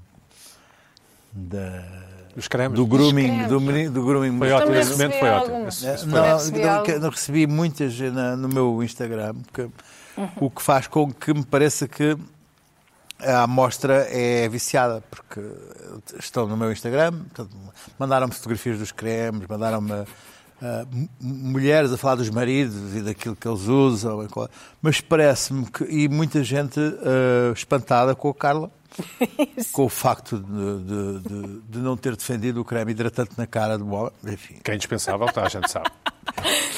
S4: da-
S1: Os cremes?
S4: do grooming, do, meni- do grooming
S1: Foi ótimo,
S3: Também
S1: esse momento
S3: recebi
S1: foi ótimo.
S3: algumas.
S1: Esse-
S4: Eh,
S1: esse foi
S4: Não,
S1: ótimo.
S3: recebi
S4: não,
S3: algo.
S4: que- não recebi muitas na- no meu Instagram, que- o que faz com que me pareça que a amostra é viciada, porque estão no meu Instagram, portanto, mandaram-me fotografias dos cremes, mandaram-me ah, m- mulheres a falar dos maridos e daquilo que eles usam, e qual- mas parece-me que. e muita gente ah, espantada com a Carla. Com o facto de, de- de- de não ter defendido o creme hidratante na cara do homem, enfim.
S1: Que é indispensável, tá, a gente sabe.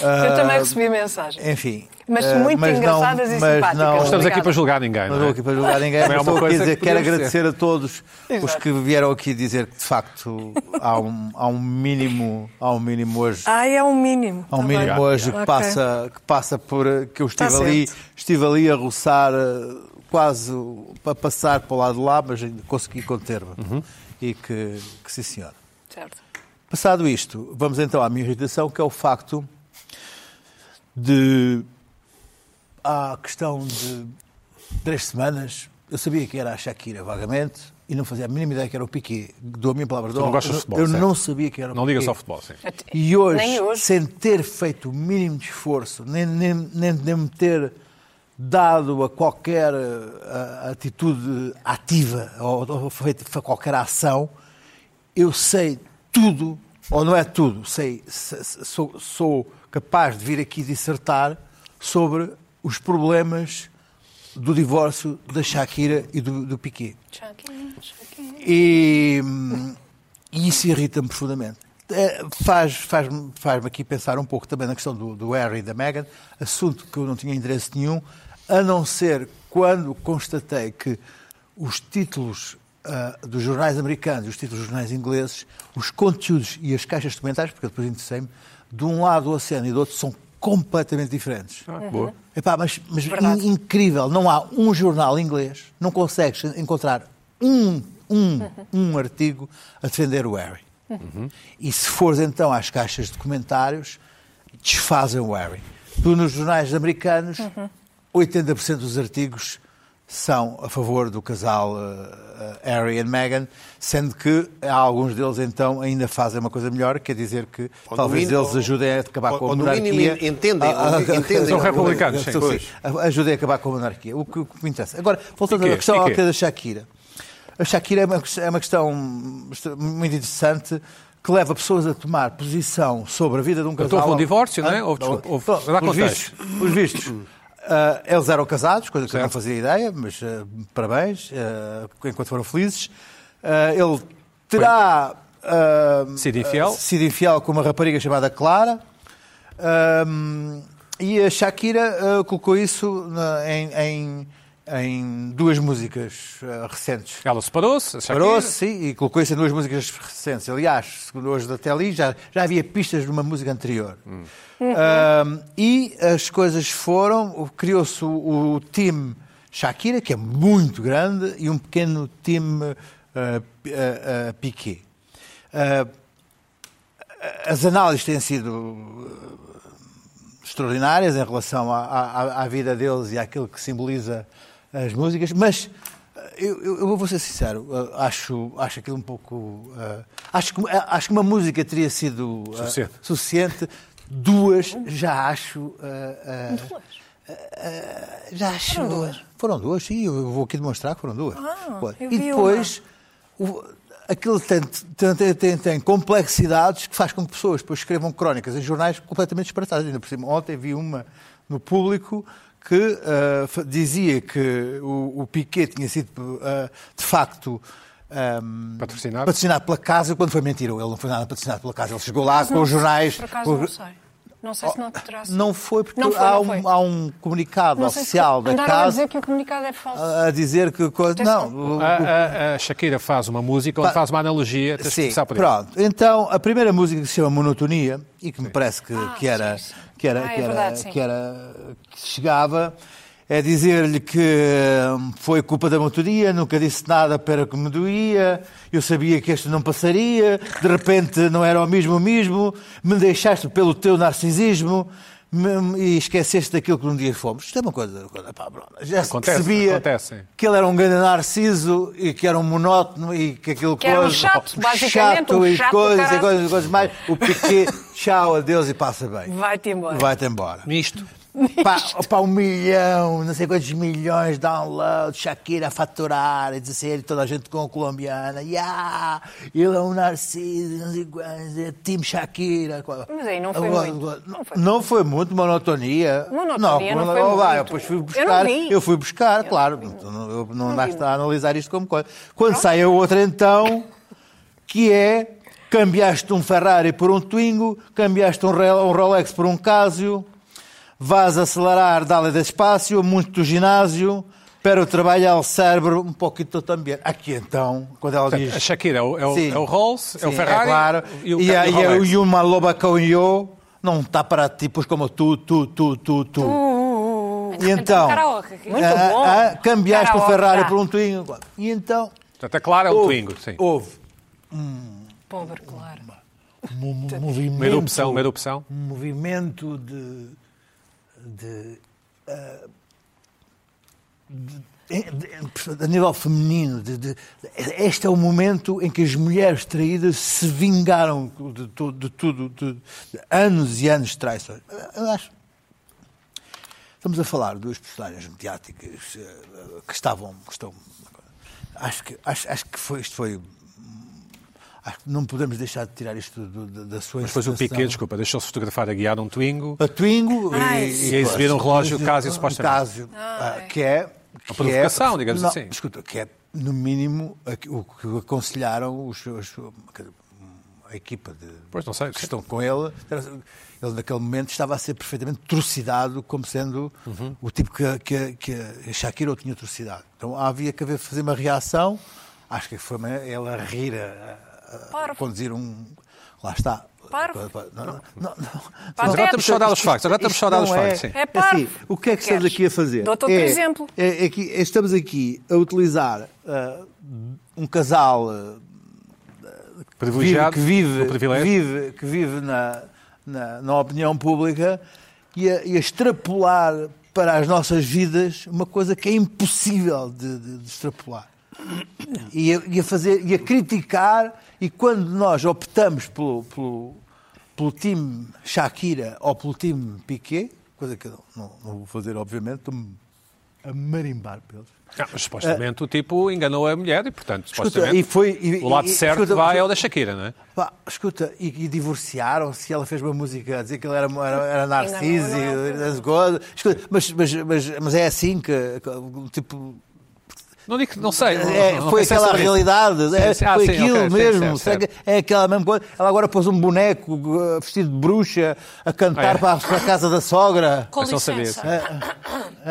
S3: Eu também recebi mensagens.
S4: Enfim.
S3: Mas
S4: eh,
S3: muito engraçadas e simpáticas.
S4: Não,
S1: Estamos
S3: Nós
S1: aqui
S3: Obrigada.
S1: para julgar ninguém.
S4: não
S1: Não é?
S4: estou aqui para julgar ninguém, mas
S1: uma
S4: estou aqui a
S1: coisa
S4: dizer,
S1: que
S4: quero
S1: podemos
S4: agradecer a todos os que vieram aqui dizer que, de facto, há um, há um mínimo, há um mínimo hoje
S3: Ah, é um mínimo.
S4: Há um
S3: Tá
S4: mínimo
S3: bem.
S4: hoje que
S3: Ok.
S4: passa, que passa por. eh, que eu estive
S3: Tá
S4: ali,
S3: certo.
S4: estive ali a roçar, eh, quase o- para passar para o lado de lá, mas ainda consegui conter-me.
S1: Uhum.
S4: E que, que sim, senhor.
S3: Certo.
S4: Passado isto, vamos então à minha irritação, que é o facto de. há questão de três semanas, eu sabia que era a Shakira vagamente e não fazia a mínima ideia que era o Piqué. Dou a minha palavra de
S1: não
S4: honra.
S1: gostas de
S4: Eu-
S1: futebol,
S4: Eu
S1: certo?
S4: não sabia que era o
S1: Não
S4: Piqué.
S1: diga só futebol, sim.
S4: E hoje,
S3: Nem hoje.
S4: sem ter feito o mínimo de esforço, nem, nem, nem, nem me ter dado a qualquer eh, a- atitude ativa ou, ou feito fa- qualquer ação, eu sei tudo, ou não é tudo, sei, se- se- sou, sou capaz de vir aqui dissertar sobre os problemas do divórcio da Shakira e do, do Piqué. E, hum, e isso irrita-me profundamente. Eh, Faz- Faz-me faz aqui pensar um pouco também na questão do, do Harry e da Meghan, assunto que eu não tinha interesse nenhum, a não ser quando constatei que os títulos ah, dos jornais americanos e os títulos dos jornais ingleses, os conteúdos e as caixas de comentários, porque eu depois interessei-me, de um lado o oceano e do outro são completamente diferentes.
S1: Ah, que boa.
S4: Epá, mas mas
S3: Verdade.
S4: in- incrível, não há um jornal inglês, não consegues encontrar um, um, um artigo a defender o Harry. E se fores então às caixas de comentários, desfazem o Harry. Tu nos jornais americanos, 80% dos artigos são a favor do casal eh, eh, Harry e Meghan, sendo que há alguns deles então ainda fazem uma coisa melhor, quer dizer que talvez
S2: mínimo-
S4: eles ajudem a acabar
S2: ou-
S4: com a
S2: ou no
S4: monarquia.
S2: mínimo entendem- entendem-
S1: Ah, São republicanos, sim.
S4: Sim,
S1: Pois.
S4: assim. a- ajudei a acabar com a monarquia, o que, o que me interessa. Agora, voltando à
S1: Piqué,
S4: questão
S1: Piqué.
S4: da Shakira. A Shakira é uma, quest- é uma questão muito interessante que leva pessoas a tomar posição sobre a vida de um
S1: Então
S4: casal.
S1: houve um divórcio, não é?
S4: Ah,
S1: Houve, desculpa, houve-
S4: Pronto,
S1: dá
S4: os
S1: contexto.
S4: vistos. os vistos. Ah, eles eram casados, coisa que eu não
S1: Certo.
S4: fazia ideia, mas ah, parabéns, ah, enquanto foram felizes. Ah, ele terá... ah,
S1: Sido infiel.
S4: sido infiel com uma rapariga chamada Clara. Ahm, e a Shakira ah, colocou isso na- em, em- em duas músicas ah, recentes.
S1: Ela separou-se, a Shakira.
S4: Parou-se sim, e colocou isso em duas músicas recentes. Aliás, segundo hoje da Teli, já, já havia pistas numa música anterior. Ahm, e as coisas foram, o- criou-se o, o time Shakira, que é muito grande, e um pequeno time ah, P- ah, ah, Piqué. Ah, as análises têm sido eh, extraordinárias em relação à, à- à vida deles e àquilo que simboliza as músicas, mas eh, eu, eu- eu vou ser sincero, eh, acho, acho aquilo um pouco. eh, acho, que, eh, acho que uma música teria sido eh,
S1: Suficiente.
S4: suficiente, duas já acho. eh, eh, eh, já acho. Foram duas. Foram duas, sim, eu vou aqui demonstrar que foram duas. Pois.
S3: Ah, eu
S4: e
S3: vi
S4: depois o- aquilo tem, tem, tem, tem, tem complexidades que faz com que pessoas depois escrevam crónicas em jornais completamente disparatadas. Ainda por cima, ontem vi uma no público que ah, fa- dizia que o, o Piquet tinha sido, ah, de facto, ah,
S1: Patrocinado.
S4: patrocinado pela casa, quando foi mentira. Ele não foi nada patrocinado pela casa. Ele chegou lá com
S3: Não
S4: os
S3: sei,
S4: jornais.
S3: Por acaso
S4: com-
S3: não sei. Não sei se não terá
S1: Oh,
S3: sido.
S4: Não foi, porque
S3: Não foi,
S4: há,
S3: não
S4: um,
S3: foi.
S4: há um comunicado
S3: Não sei se
S4: oficial da
S3: andaram a
S4: casa
S3: dizer que o comunicado é falso.
S4: a dizer que. co-
S3: Atenção.
S4: Não, o-
S1: A, a- a Shakira faz uma música onde
S4: Pa-
S1: faz uma analogia, tens que começar por aí.
S4: pronto. Então, a primeira música que se chama Monotonia, e que me parece que, que era,
S3: Ah, sim, sim.
S4: que era,
S3: Ah, é
S4: que era,
S3: verdade, sim.
S4: que era- que chegava, é dizer-lhe que hum, foi culpa da monotonia, nunca disse nada para que me doía, eu sabia que este não passaria, de repente não era o mesmo o mesmo, me deixaste pelo teu narcisismo. me- E esqueceste daquilo que um dia fomos. Isto é uma coisa. coisa pá, pronto. já se
S1: Acontece,
S4: percebia
S1: acontece, sim.
S4: que ele era um grande narciso e que era um monótono e que aquilo
S3: Que era um
S4: coisa, oh,
S3: chato, basicamente, um
S4: e
S3: chato do
S4: coisas e
S3: caralho.
S4: coisas, e coisas mais. O Piquet, tchau, adeus e passa bem.
S3: Vai-te embora.
S4: Vai-te embora.
S1: Nisto.
S4: Pá, pá, um milhão, não sei quantos milhões de downloads, Shakira a faturar, e dizer assim, toda a gente com a colombiana, yeah, ele é um narciso, não sei quantos, é time Shakira.
S3: Mas aí não foi
S4: Agora,
S3: muito.
S4: agora,
S3: Não foi.
S4: Não foi muito, monotonia.
S3: Monotonia
S4: não
S3: não foi
S4: oh, vai,
S3: muito.
S4: Eu, depois fui
S3: Eu não
S4: buscar,
S3: vi.
S4: eu fui buscar, claro, tu não, eu não andaste a analisar isto como coisa. Quando sai a outra então, que é Cambiaste um Ferrari por um Twingo, cambiaste um Re- um Rolex por um Casio, vais acelerar, dá-lhe despacio, muito do ginásio, para o trabalho ao cérebro, um pouquinho também. Aqui então, quando ela diz...
S1: A Shakira é o, é o-
S4: Sim.
S1: é o Rolls, é o
S4: Sim,
S1: Ferrari
S4: claro.
S1: e o,
S4: e, é a,
S1: e o
S4: e, a,
S1: Rolex.
S4: e uma loba com eu não está para tipos como tu, tu, tu, tu, tu. E então,
S5: karaoke aqui.
S3: Muito
S4: ah,
S3: bom.
S4: ah, cambiaste o
S3: Karaoke,
S4: Ferrari
S3: dá.
S4: por um Twingo. E então,
S1: Portanto, é claro, é um
S4: houve,
S1: Twingo, sim.
S4: houve
S5: Pobre, claro.
S4: um mo-
S1: Uma
S4: movimento,
S1: erupção, uma erupção.
S4: um movimento de, de, ah, de- de- de- a nível feminino. de- de- este é o momento em que as mulheres traídas se vingaram de, tu- de tudo, de, de anos e anos de traições. Eu acho. Estamos a falar de duas personagens mediáticas eh, que estavam. que estão- acho que, acho, acho que foi, isto foi. Acho que não podemos deixar de tirar isto do- do- da sua
S1: Mas um depois o
S4: encenação.
S1: Piquet, desculpa, deixou-se fotografar a guiar um Twingo.
S4: A Twingo
S3: Ai,
S4: e,
S3: sim.
S1: E a exibir um relógio
S4: um
S1: Casio, supostamente.
S4: Casio, ah, que é. Uma
S1: provocação, digamos
S4: não,
S1: assim.
S4: Escuta, que é, no mínimo, a que- o que aconselharam os, os, quer dizer, a equipa de,
S1: Pois, não sei.
S4: que estão com ele. Ele, naquele momento, estava a ser perfeitamente trucidado como sendo
S1: Uhum.
S4: o tipo que, que, que a Shakira o tinha trucidado. Então havia que haver fazer uma reação. Acho que foi uma- ele a rir, a- a, a
S3: Parvo.
S4: conduzir um. Lá está.
S3: Parvo.
S4: Não, não, não, não.
S1: Mas agora estamos só a dar os factos, agora estamos só a dar os
S4: é Isto não
S1: factos, sim.
S3: É parvo.
S4: assim, o que é que estamos
S3: Queres?
S4: aqui a fazer?
S3: Dou-te outro
S4: É-
S3: exemplo.
S4: é- é que estamos aqui a utilizar ah, um casal ah, vive,
S1: Privilegiado,
S4: que vive,
S1: do privilégio.
S4: vive- que vive na, na, na opinião pública e a, e a extrapolar para as nossas vidas uma coisa que é impossível de, de- de extrapolar. E a, e a fazer, e a criticar, e quando nós optamos pelo, pelo, pelo time Shakira ou pelo time Piquet, coisa que eu não, não vou fazer, obviamente, estou-me a marimbar pelos.
S1: Não, mas, supostamente o tipo enganou a mulher e, portanto,
S4: Escuta,
S1: supostamente
S4: e foi- e-
S1: o lado
S4: e- e-
S1: certo
S4: escuta,
S1: vai
S4: escuta-
S1: é o da Shakira, não é?
S4: Pá, escuta, e, e divorciaram-se, ela fez uma música a dizer que ele era, era, era narciso
S3: Ainda não,
S4: e das coisas. Escuta, mas, mas, mas, mas é assim que, que, tipo,
S1: Não digo que não sei. não-
S4: é,
S1: não
S4: foi
S1: pensei
S4: aquela
S1: sobre isso.
S4: realidade, é,
S1: sim. Ah,
S4: foi
S1: sim,
S4: aquilo
S1: ok, sim,
S4: mesmo,
S1: certo,
S4: será que
S1: certo.
S4: é aquela mesma coisa. Ela agora pôs um boneco uh, vestido de bruxa a cantar
S1: Ah, é.
S4: para, a, para a casa da sogra.
S5: Com
S1: Mas não sabia,
S5: licença.
S4: É.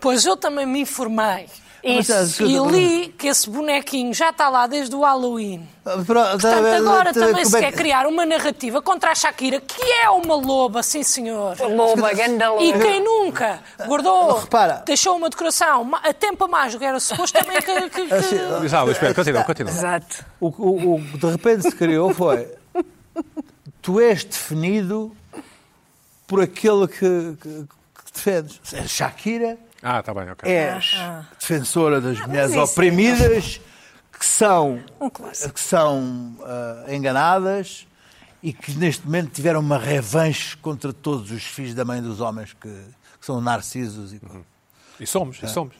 S5: Pois eu também me informei.
S3: Isso.
S4: Mas, ah,
S5: E
S4: escuta,
S5: li que esse bonequinho já está lá desde o Halloween.
S4: ah, pronto,
S5: Portanto,
S4: ah,
S5: agora
S4: ah,
S5: também
S4: como
S5: se
S4: é
S5: quer
S4: que-
S5: criar uma narrativa contra a Shakira, que é uma loba, sim senhor.
S3: Loba, ganda loba.
S5: E quem nunca guardou,
S4: Repara.
S5: deixou uma decoração, ma- a tampa mágica era suposto também que... que- que-
S1: Diz, Ah, Luís, espera, continua, continua.
S3: Exato.
S4: O, que- o- o que de repente se criou foi tu és definido por aquele que, que- que defendes. A Shakira
S1: Ah, está bem, ok.
S4: é defensora das mulheres
S3: ah. isso- é
S4: oprimidas que são,
S3: Um clássico.
S4: que são ah, enganadas e que neste momento tiveram uma revanche contra todos os filhos da mãe dos homens que, que são narcisos e
S1: E somos,
S4: É.
S1: e somos.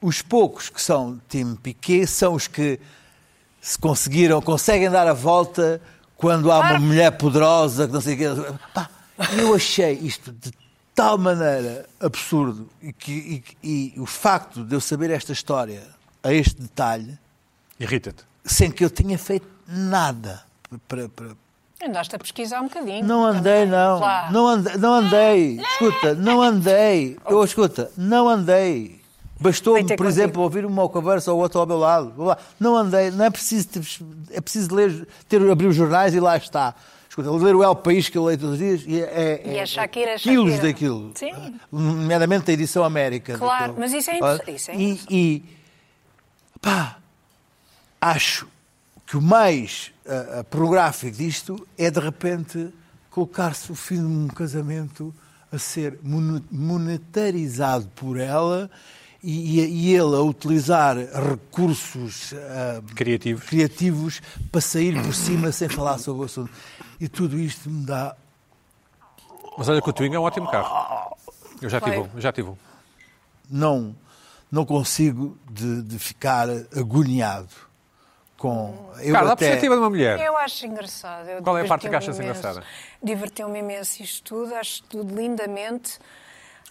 S4: os poucos que são time Piquet são os que se conseguiram, conseguem dar a volta quando há uma mulher poderosa que não sei o quê. Pá, eu achei isto de tal maneira absurdo e, que, e que- e o facto de eu saber esta história a este detalhe,
S1: Irrita-te.
S4: sem que eu tenha feito nada para- para,
S3: Andaste a pesquisar um bocadinho.
S4: não andei, não.
S3: Claro.
S4: Não andei, não
S3: Ah,
S4: andei.
S3: é.
S4: Escuta, não andei. Eu, escuta, não andei. Bastou-me,
S3: Oh. Vai ter
S4: por
S3: contigo.
S4: exemplo, ouvir uma conversa ou outra ao meu lado. Vou lá. Não andei, não é preciso, ter- é preciso ler, ter, abrir os jornais e lá está. Escuta, ler o El País que eu leio todos os dias e é, é-
S3: E a
S4: é
S3: Shakira, a
S4: quilos
S3: Shakira.
S4: daquilo. Ah,
S3: Sim.
S4: Nomeadamente a edição América.
S3: Claro,
S4: daquilo.
S3: mas isso é imposs- isso é
S4: E- e pá, acho que o mais ah, ah, pornográfico disto é de repente colocar-se o fim de um casamento a ser mono- monetarizado por ela e, e- e ele a utilizar recursos ah,
S1: Criativos.
S4: criativos para sair por cima sem falar sobre o assunto. E tudo isto me dá.
S1: Mas olha que o Twingo é um ótimo carro. Eu já tive
S3: Vai.
S1: um, eu já tive um.
S4: Não, não consigo de, de ficar agoniado com. Eu
S1: Cara, da
S4: até-
S1: perspectiva de uma mulher.
S3: Eu acho engraçado. Eu
S1: Qual é a parte que
S3: diverti-me
S1: achas
S3: imenso.
S1: engraçada?
S3: Divertiu-me imenso isto tudo, acho tudo lindamente.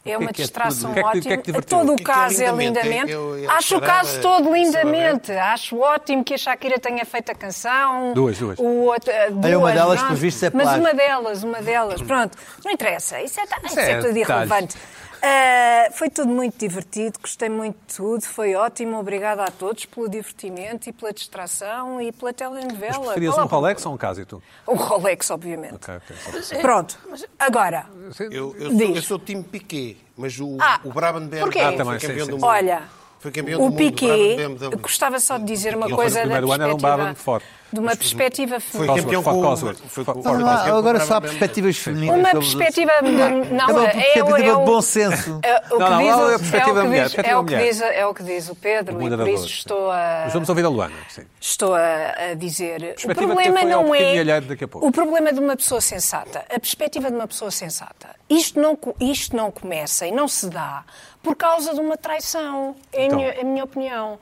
S3: É uma
S1: que é
S3: distração
S1: tudo? O que é que- o
S3: ótima.
S1: que é que divertiu?
S3: todo
S1: O
S3: o
S2: que é que é
S3: caso é
S2: lindamente?
S3: lindamente.
S2: Eu- eu
S3: Acho o
S2: chorava,
S3: caso todo
S2: só a ver.
S3: lindamente. Acho ótimo que a Shakira tenha feito a canção.
S1: Duas, duas.
S3: O outro, eh,
S4: Olha, uma
S3: duas,
S4: delas,
S3: não?
S4: por visto, é
S3: Mas
S4: plágio.
S3: uma delas, uma delas. Pronto, não interessa. Isso é, isso é
S1: é
S3: tudo
S1: detalhes.
S3: irrelevante. Ah, foi tudo muito divertido, gostei muito de tudo, foi ótimo. Obrigada a todos pelo divertimento e pela distração e pela telenovela.
S1: Preferias
S3: Olá,
S1: um Rolex ou um Casito?
S3: Um Rolex, obviamente.
S1: Ok, ok.
S3: Pronto, agora,
S2: Eu, eu, sou,
S3: Diz.
S2: eu sou time Piquet, mas o,
S3: Ah,
S2: o Brabenberg
S3: porquê?
S2: foi
S3: Ah,
S1: também, sim,
S2: campeão
S1: sim,
S2: do
S1: sim.
S2: mundo.
S3: Olha,
S2: foi campeão
S3: o
S2: do mundo,
S3: Piquet,
S2: Brabenberg.
S3: gostava só de dizer uma
S2: Ele
S3: coisa
S1: foi no
S3: da
S1: primeiro ano, era um
S3: perspectiva,
S1: Brabham forte.
S3: de uma perspectiva
S2: hum, Foi
S1: Cosworth,
S2: campeão com o-
S1: Cosworth.
S2: foi com-
S1: Cosworth.
S4: Vamos lá,
S2: Cosworth.
S4: agora só há
S2: Brabenberg.
S4: perspectivas femininas.
S3: Uma
S4: sobre os assuntos.
S3: perspectiva de, não, é, é,
S4: Cada um por
S3: o-
S4: perspectiva
S3: é
S4: de
S3: o-
S4: bom senso.
S3: É, o que
S1: Não, não, lá é
S3: diz o-
S1: a perspectiva
S3: é o que
S1: da mulher,
S3: diz-
S1: perspectiva
S3: é o que
S1: da mulher.
S3: diz- É o que diz o Pedro e por
S1: moderador,
S3: isso
S1: sim.
S3: estou a,
S1: Mas vamos ouvir a Luana, sim.
S3: estou a, a dizer. O
S1: Perspectiva que
S3: problema
S1: foi ao
S3: não
S1: pequeno e
S3: é
S1: alheio daqui a pouco.
S3: o problema de uma pessoa sensata, a perspectiva de uma pessoa sensata. Isto não co- isto não começa e não se dá por causa de uma traição, é
S1: Então.
S3: a, minha, é a minha opinião.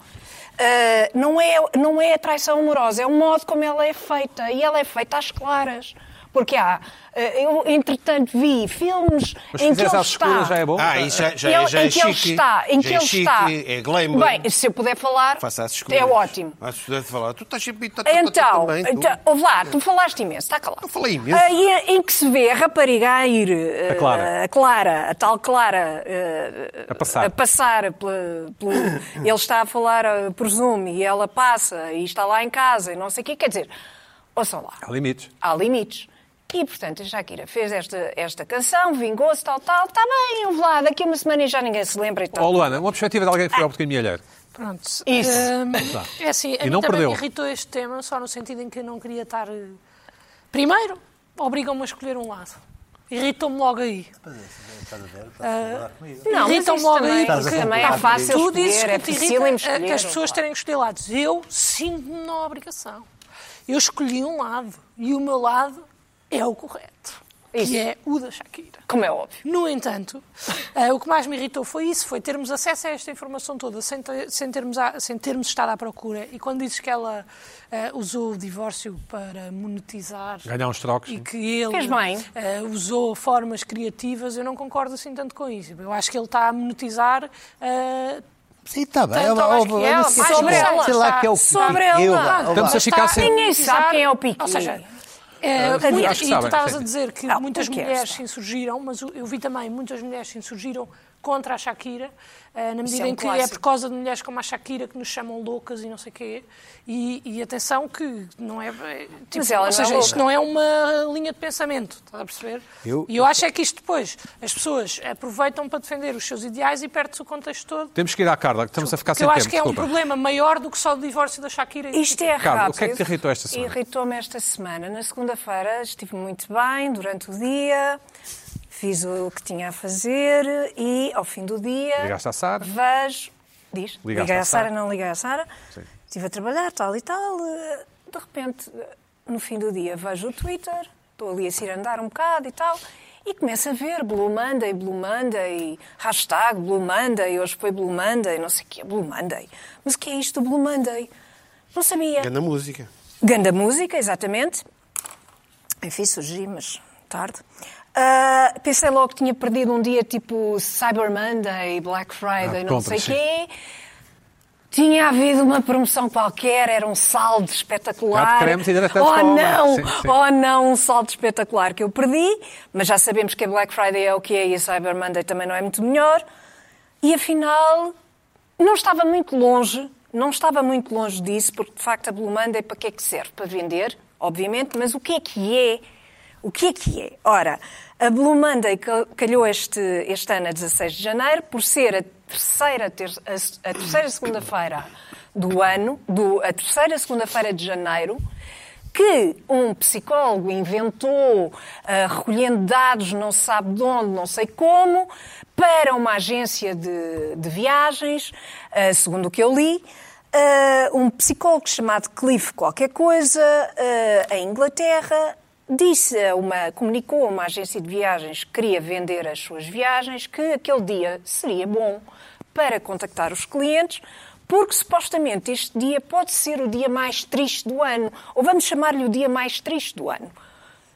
S3: Ah, não é não é a traição amorosa, é o modo como ela é feita e ela é feita às claras. Porque há, ah, eu entretanto vi filmes
S1: Mas se
S3: em que
S1: fizeres
S3: ele
S1: às escuras
S3: está
S1: já é bom?
S2: Ah, isso já, já,
S3: ele-
S2: é- já é
S3: em que ele
S2: chique.
S3: está, em
S2: Já
S3: que
S2: é
S3: ele
S2: chique,
S3: está.
S2: É glamour.
S3: Bem, se eu puder falar,
S2: Faça as escolhas.
S3: é ótimo.
S2: Há estudante a falar. Tu estás sempre... tá- tá- tá- tá-
S3: Então,
S2: também, tu.
S3: então, ouve lá, tu falaste imenso, está calado.
S2: Eu falei imenso.
S3: Aí é- em que se vê a rapariga a ir, eh,
S1: A Clara.
S3: a Clara, a tal Clara, eh,
S1: A passar.
S3: a passar pela- pelo- ele está a falar, eh, presumo, e ela passa, e está lá em casa, e não sei o quê, quer dizer, ouçam lá
S1: Há limites.
S3: há limites. E, portanto, a Shakira fez esta, esta canção, vingou-se, tal, tal, está bem, eu vou lá, daqui a uma semana já ninguém se lembra e
S5: Tá.
S3: tal.
S1: Ó Luana, uma perspectiva de alguém
S5: Ah.
S1: que foi ao pequeno e alheio.
S5: Pronto.
S3: Isso.
S5: Hum, é assim, a
S1: Tá. E
S5: mim
S1: não
S5: também
S1: perdeu.
S5: me irritou este tema, só no sentido em que eu não queria estar. eh, Primeiro, obrigam-me a escolher um lado. Irritam-me logo aí.
S3: Não, mas
S5: Irritam-me
S3: isso
S5: logo
S3: também-
S5: aí
S3: isso
S5: porque tá
S3: também é
S5: pá,
S3: fácil
S5: tu
S3: escolher,
S5: dizes
S3: é
S5: que te
S3: facílimo
S5: irrita eh,
S3: escolher, um
S5: que as
S3: não
S5: pessoas
S3: vá.
S5: terem que escolher lados. Eu sinto-me na obrigação. Eu escolhi um lado e o meu lado é o correto.
S3: Isso.
S5: Que é o da Shakira.
S3: Como é óbvio.
S5: No entanto, eh, o que mais me irritou foi isso, foi termos acesso a esta informação toda sem, ter- sem termos, a- sem termos estado à procura. E quando dizes que ela eh, usou o divórcio para monetizar
S1: Ganhar uns trocos.
S5: e que ele
S3: Fez bem.
S5: eh, usou formas criativas, eu não concordo assim tanto com isso. Eu acho que ele está a monetizar eh,
S4: Sim, está bem. é
S5: Tanto
S4: Ela-
S5: acho que
S3: é
S4: ela-
S5: ela,
S4: sei
S5: mais
S4: lá,
S5: ela,
S4: sei lá
S5: está-
S4: que é o
S3: sobre
S4: Piquet,
S3: ela.
S4: lá,
S1: Estamos
S4: lá.
S1: a ficar sem-
S3: Ninguém sabe quem é o Piquet.
S5: Ou seja, é,
S3: Acho que
S5: muitas- e
S1: sabem,
S5: tu estavas
S1: sim.
S5: a dizer que
S3: Ah,
S5: muitas
S3: o que é
S5: mulheres
S3: esta?
S5: se insurgiram, mas eu eu vi também muitas mulheres se insurgiram contra a Shakira, eh,
S3: Isso é
S5: na medida
S3: um
S5: em que é
S3: clássico.
S5: por causa de mulheres como a Shakira que nos chamam loucas e não sei o quê. E, e atenção que não é... é, tipo,
S3: Mas ela
S5: ou
S3: não é
S5: seja,
S3: louca.
S5: isto não é uma linha de pensamento, estás a perceber?
S4: Eu-
S5: e eu acho é que isto depois, as pessoas aproveitam para defender os seus ideais e perde-se o contexto todo.
S1: Temos que ir à Carla, que estamos a ficar
S5: Porque
S1: sem
S5: eu
S1: tempo.
S5: acho que é um
S1: desculpa.
S5: problema maior do que só o divórcio da Shakira. e-
S3: Isto é
S1: Carla,
S3: rápido.
S1: o que é que te irritou esta semana?
S3: Irritou-me esta semana. Na segunda-feira estive muito bem durante o dia, fiz o que tinha a fazer e ao fim do dia.
S1: Ligaste à Sara?
S3: Vejo.
S1: Ligaste
S3: Diz? liguei
S1: à
S3: à Sara,
S1: Sara?
S3: não liguei à Sara. Estive a trabalhar, tal e tal. eh, De repente, eh, no fim do dia, vejo o Twitter, estou ali a cirandar um bocado e tal. E começo a ver Blue Monday, Blue Monday, hashtag Blue Monday, hoje foi Blue Monday, não sei o que é Blue Monday. Mas o que é isto do Blue Monday? Não sabia.
S2: Grande música.
S3: Ganda música, exatamente. Enfim, surgi, mas tarde. Ah, pensei logo que tinha perdido um dia tipo Cyber Monday, Black Friday,
S1: Ah,
S3: não
S1: compras,
S3: sei o quê. Tinha havido uma promoção qualquer, era um saldo
S1: Cá de
S3: espetacular.
S1: cremes e hidratantes
S3: oh
S1: para o homem.
S3: não,
S1: Sim, sim.
S3: oh não, um saldo espetacular que eu perdi, mas já sabemos que a Black Friday é o que é e a Cyber Monday também não é muito melhor. E afinal, não estava muito longe, não estava muito longe disso, porque de facto a Blue Monday para que é que serve? Para vender, obviamente, mas o que é que é? O que é que é? Ora, a Blue Monday cal- calhou este, este ano a 16 de janeiro por ser a terceira, ter- a, a terceira segunda-feira do ano, do, a terceira segunda-feira de janeiro, que um psicólogo inventou, ah, recolhendo dados, não se sabe de onde, não sei como, para uma agência de, de viagens, ah, segundo o que eu li, ah, um psicólogo chamado Cliff qualquer coisa, ah, em Inglaterra, disse a uma, comunicou a uma agência de viagens que queria vender as suas viagens, que aquele dia seria bom para contactar os clientes, porque supostamente este dia pode ser o dia mais triste do ano, ou vamos chamar-lhe o dia mais triste do ano,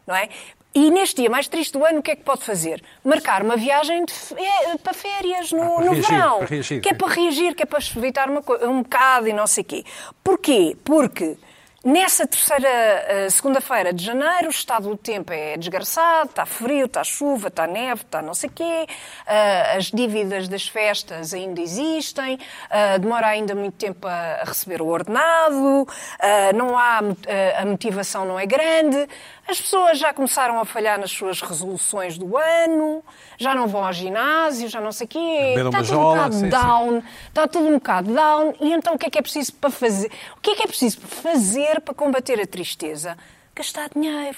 S3: não é? E neste dia mais triste do ano, o que é que pode fazer? Marcar uma viagem de fe- eh, para férias no,
S1: Ah, para
S3: no
S1: reagir,
S3: verão.
S1: para reagir,
S3: que é
S1: sim.
S3: para reagir, que é para evitar uma co- um bocado e não sei quê. Porquê? Porque nessa terceira eh, segunda-feira de janeiro o estado do tempo é desgraçado, está frio, está chuva, está neve, está não sei quê, eh, as dívidas das festas ainda existem, eh, demora ainda muito tempo a a receber o ordenado, eh, não há, mo- eh, a motivação não é grande, as pessoas já começaram a falhar nas suas resoluções do ano, já não vão ao ginásio, já não sei quê,
S1: Beber
S3: está
S1: uma
S3: tudo um
S1: jola,
S3: bocado
S1: sim, sim.
S3: down down, está tudo um bocado down, e então o que é que é preciso para fazer? O que é que é preciso fazer para combater a tristeza? Gastar dinheiro,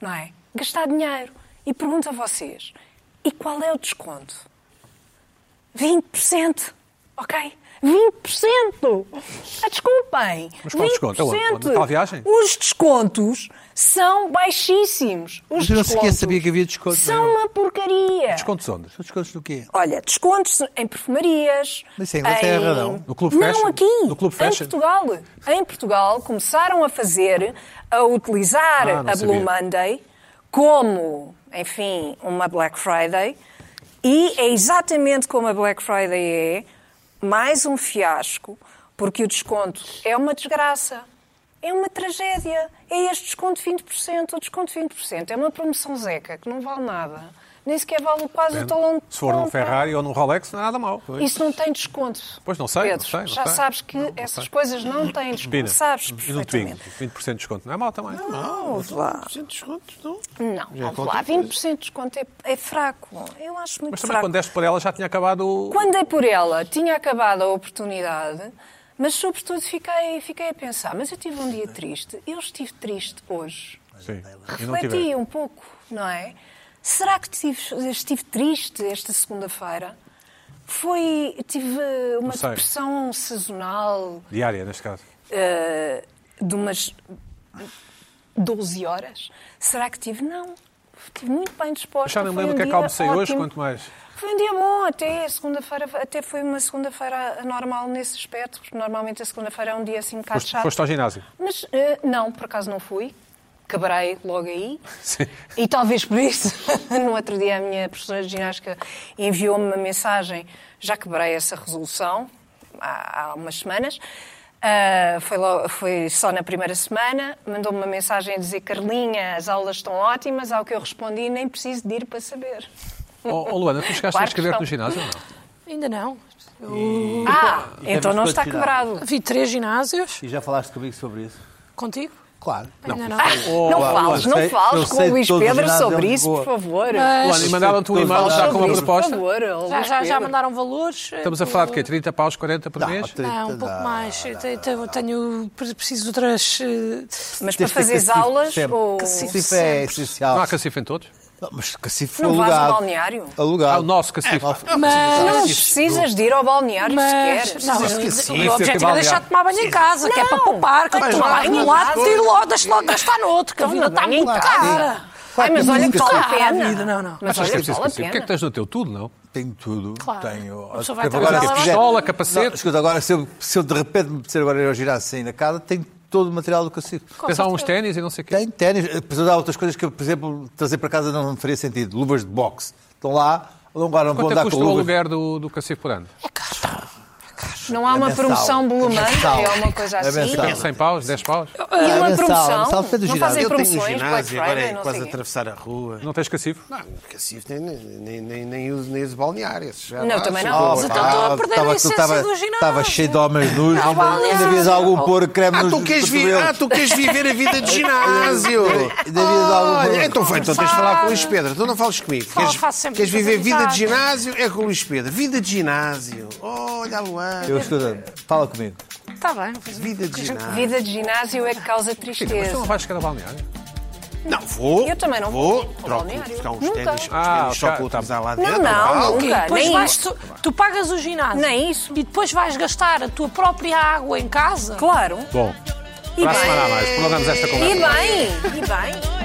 S3: não é? Gastar dinheiro. E pergunto a vocês, e qual é o desconto? 20%, ok? 20%! Ah, desculpem!
S1: Mas qual desconto? É onde? Onde? Naquela viagem?
S3: Os descontos são baixíssimos. Os
S4: Mas eu não sequer
S3: descontos
S4: sabia que havia desconto. é?
S3: São uma porcaria.
S1: Descontos onde?
S4: São descontos no quê?
S3: Olha, descontos em perfumarias.
S4: Mas
S1: é
S4: isso em Inglaterra,
S3: em-
S4: não?
S1: No Clube
S3: Não,
S1: Fashion?
S3: aqui.
S1: No Clube
S3: em
S1: Fashion?
S3: Portugal. Em Portugal começaram a fazer, a utilizar
S1: Ah, não
S3: a Blue
S1: sabia.
S3: Monday como, enfim, uma Black Friday. E é exatamente como a Black Friday é, mais um fiasco, porque o desconto é uma desgraça. É uma tragédia. É este desconto de 20%. O desconto de 20% é uma promoção zeca que não vale nada. Nem sequer vale quase o
S5: um
S3: talão de
S1: Se for num
S3: compra.
S1: Ferrari ou num Rolex, não é nada mal.
S3: Isso não tem desconto.
S1: Pois, não sei, não
S3: Pedro,
S1: sei, não
S3: já
S1: sei.
S3: sabes que essas coisas não têm desconto.
S1: Pina,
S3: Sabes
S1: e no Twingo,
S3: perfeitamente.
S1: 20% de desconto não é mal também.
S2: Não,
S3: vamos lá.
S2: 100 descontos, não.
S3: Não,
S2: Já é
S3: vamos lá,
S2: qualquer
S3: 20% de desconto é, é fraco. Eu acho muito
S1: Mas também
S3: fraco.
S1: quando é deste por ela já tinha acabado o...
S3: Quando dei por ela, tinha acabado a oportunidade, mas sobretudo fiquei, fiquei a pensar, mas eu tive um dia triste, eu estive triste hoje.
S1: Sim, e não
S3: Refleti
S1: tive.
S3: um pouco, não é? Será que estive, estive triste esta segunda-feira? Foi, tive uma
S1: sei.
S3: depressão sazonal,
S1: Diária, neste caso.
S3: de umas 12 horas. Será que tive? Não. Estive muito bem disposta.
S1: Mas já não me
S3: Foi
S1: lembro o
S3: um
S1: que é que
S3: dia
S1: almocei hoje,
S3: ótimo.
S1: quanto mais.
S3: Foi um dia bom, até segunda-feira, até foi uma segunda-feira normal nesse aspecto, porque normalmente a segunda-feira é um dia assim um bocado
S1: Foste,
S3: chato.
S1: foste ao ginásio.
S3: Mas eh, não, por acaso não fui. Acabarei logo aí.
S1: Sim.
S3: E talvez por isso, no outro dia a minha professora de ginástica enviou-me uma mensagem, já quebrei essa resolução há, há umas semanas. Ah, foi, lo- foi só na primeira semana, mandou-me uma mensagem a dizer Carlinha, as aulas estão ótimas, ao que eu respondi, nem preciso de ir para saber.
S1: Oh, oh, Luana, tu chegaste a
S3: Claro que
S1: inscrever-te
S3: estão.
S1: no ginásio ou não?
S5: Ainda não. é
S3: Ah, então não está
S4: quantos
S3: quebrado.
S5: Vi três ginásios
S4: E já falaste comigo sobre isso?
S5: contigo.
S4: Claro.
S5: Ainda não.
S3: não é
S4: Olá,
S3: fales,
S4: Oh, eu
S3: não
S4: sei- eu
S3: fales com
S4: sei
S3: o Luís
S4: todos os
S3: Pedro
S4: ginásios
S3: sobre
S4: de
S3: isso, por
S4: Lisboa.
S3: favor.
S5: Mas-
S1: Luana, e mandaram-te um e-mail
S4: Fala
S1: já com
S3: sobre
S1: uma
S3: isso,
S1: proposta.
S3: Por favor, ó,
S5: Já,
S3: Luís
S5: já, já
S3: Pedro.
S5: mandaram valores. eh,
S1: Estamos a
S5: do-
S1: falar de quê? 30 paus, 40 por
S4: Não,
S1: mês?
S4: trinta.
S5: Não, um pouco
S4: Não,
S5: mais. Eu tenho- tenho- tenho, preciso de outras. eh,
S3: Mas para
S4: Tens de ter
S3: fazeres
S4: cacifo
S3: aulas
S4: sempre.
S3: ou...
S4: Cacifo é essencial.
S1: Não há cacifo em todos?
S4: Não, Mas cacifo é
S3: Não vais
S4: alugado.
S3: ao balneário?
S1: Há
S4: Alugado.
S1: É o nosso
S4: É
S1: cacifo.
S5: Mas.
S3: Não precisas de ir ao balneário
S5: Mas,
S3: sequer. Precisas-
S5: não, o objetivo é
S1: balneário.
S5: deixar de tomar banho em casa, que é para poupar, que é
S3: Mas
S5: tomar
S3: não,
S5: banho um
S3: não,
S5: lado,
S3: não.
S5: tiro logo, deixo logo gastar no outro, que a
S3: Toma
S5: vida está
S3: banho em
S5: muito
S3: casa.
S5: cara.
S3: Ai, mas olha
S4: Claro,
S3: que
S4: nunca
S3: vale
S5: se
S3: a
S5: acaba a
S3: pena.
S5: vida, não, não.
S3: Mas
S1: Achas que é
S3: olha
S1: preciso
S3: que vale a
S1: cacifo? O que é que
S3: pena.
S1: tens no teu tudo, não?
S4: Tenho tudo.
S5: Claro.
S4: Tenho.
S5: A pessoa vai
S4: agora,
S5: trabalhar,
S4: se
S5: leva-
S4: quiser-
S1: Pistola, capacete.
S4: Não, escuta, agora se eu, se eu de repente me disser agora ir ao ginásio sem ir na casa, tenho todo o material do cacifo.
S1: Tens há uns ténis e não sei o quê.
S4: Tenho ténis, apesar de há outras coisas que, eu, por exemplo, trazer para casa não faria sentido. Luvas de boxe. Estão lá, agora não vou
S1: Quanto é que
S4: andar com
S1: custa o
S4: luvas.
S1: aluguer do, do cacifo por ano?
S3: é Não há uma
S4: mensal.
S3: promoção
S4: É mensal.
S3: volumante, é uma coisa
S4: É
S3: assim.
S4: mensal.
S1: É 100 paus, 10 paus?
S4: Ah,
S3: E uma
S4: mensal,
S3: promoção.
S4: mensal, portanto, o
S3: Não
S4: ginásio.
S3: fazem
S4: Eu
S2: Eu tenho
S3: promoções,
S2: um
S3: Black
S2: ginásio, agora
S3: Friday,
S2: é
S3: não
S2: quase
S3: sei
S2: a
S3: o quê.
S2: atravessar a rua.
S1: Não tens cacifo?
S2: Não, cacifo, nem, nem, nem, nem uso nem uso balneário. esses já
S3: Não,
S2: lá,
S3: também
S2: sou
S3: não.
S2: boa. Ah,
S5: Mas então estou a perder a essência do ginásio.
S4: Estava cheio de homens nus.
S5: Não, vale
S4: Ainda
S5: nada.
S4: havias algum pôr creme
S2: Ah,
S4: nos
S2: tu queres vi-
S4: cotovelos.
S2: ah, tu queres viver a vida de ginásio.
S4: Ainda havias algum
S2: Olha,
S4: pôr...
S2: então vai, então tens de falar com o Luís Pedro. Então não fales comigo.
S5: Fala,
S2: queres
S5: faço sempre
S2: queres
S5: muita
S2: viver vida
S5: amizade.
S2: de ginásio? É com o Luís Pedro. Vida de ginásio. Olha, Luana.
S4: Eu, escuta, fala comigo.
S5: Está Tá bem, vou fazer-
S2: Vida de ginásio.
S3: Vida de ginásio é que causa
S1: Então, Mas tu não
S3: tristeza.
S1: vais é? chegar a balneário?
S2: Não, vou.
S3: Eu também não vou.
S2: vou.
S3: Ao
S2: Troco,
S3: balneário.
S2: buscar uns
S3: Nunca.
S2: ténis, uns
S1: Ah,
S2: ténis só
S1: ok,
S2: para
S1: tá
S2: utilizar lá
S3: Não,
S2: dentro.
S3: não,
S2: vale.
S3: nunca.
S5: E depois
S3: nem
S5: vais,
S3: isso.
S5: tu, tu pagas o ginásio.
S3: Nem isso.
S5: E depois vais gastar a tua própria água em casa.
S3: Claro.
S1: Bom,
S3: E
S1: para a semana a
S3: bem.
S1: mais, prolongamos esta
S3: E
S1: conversa.
S3: bem. E bem.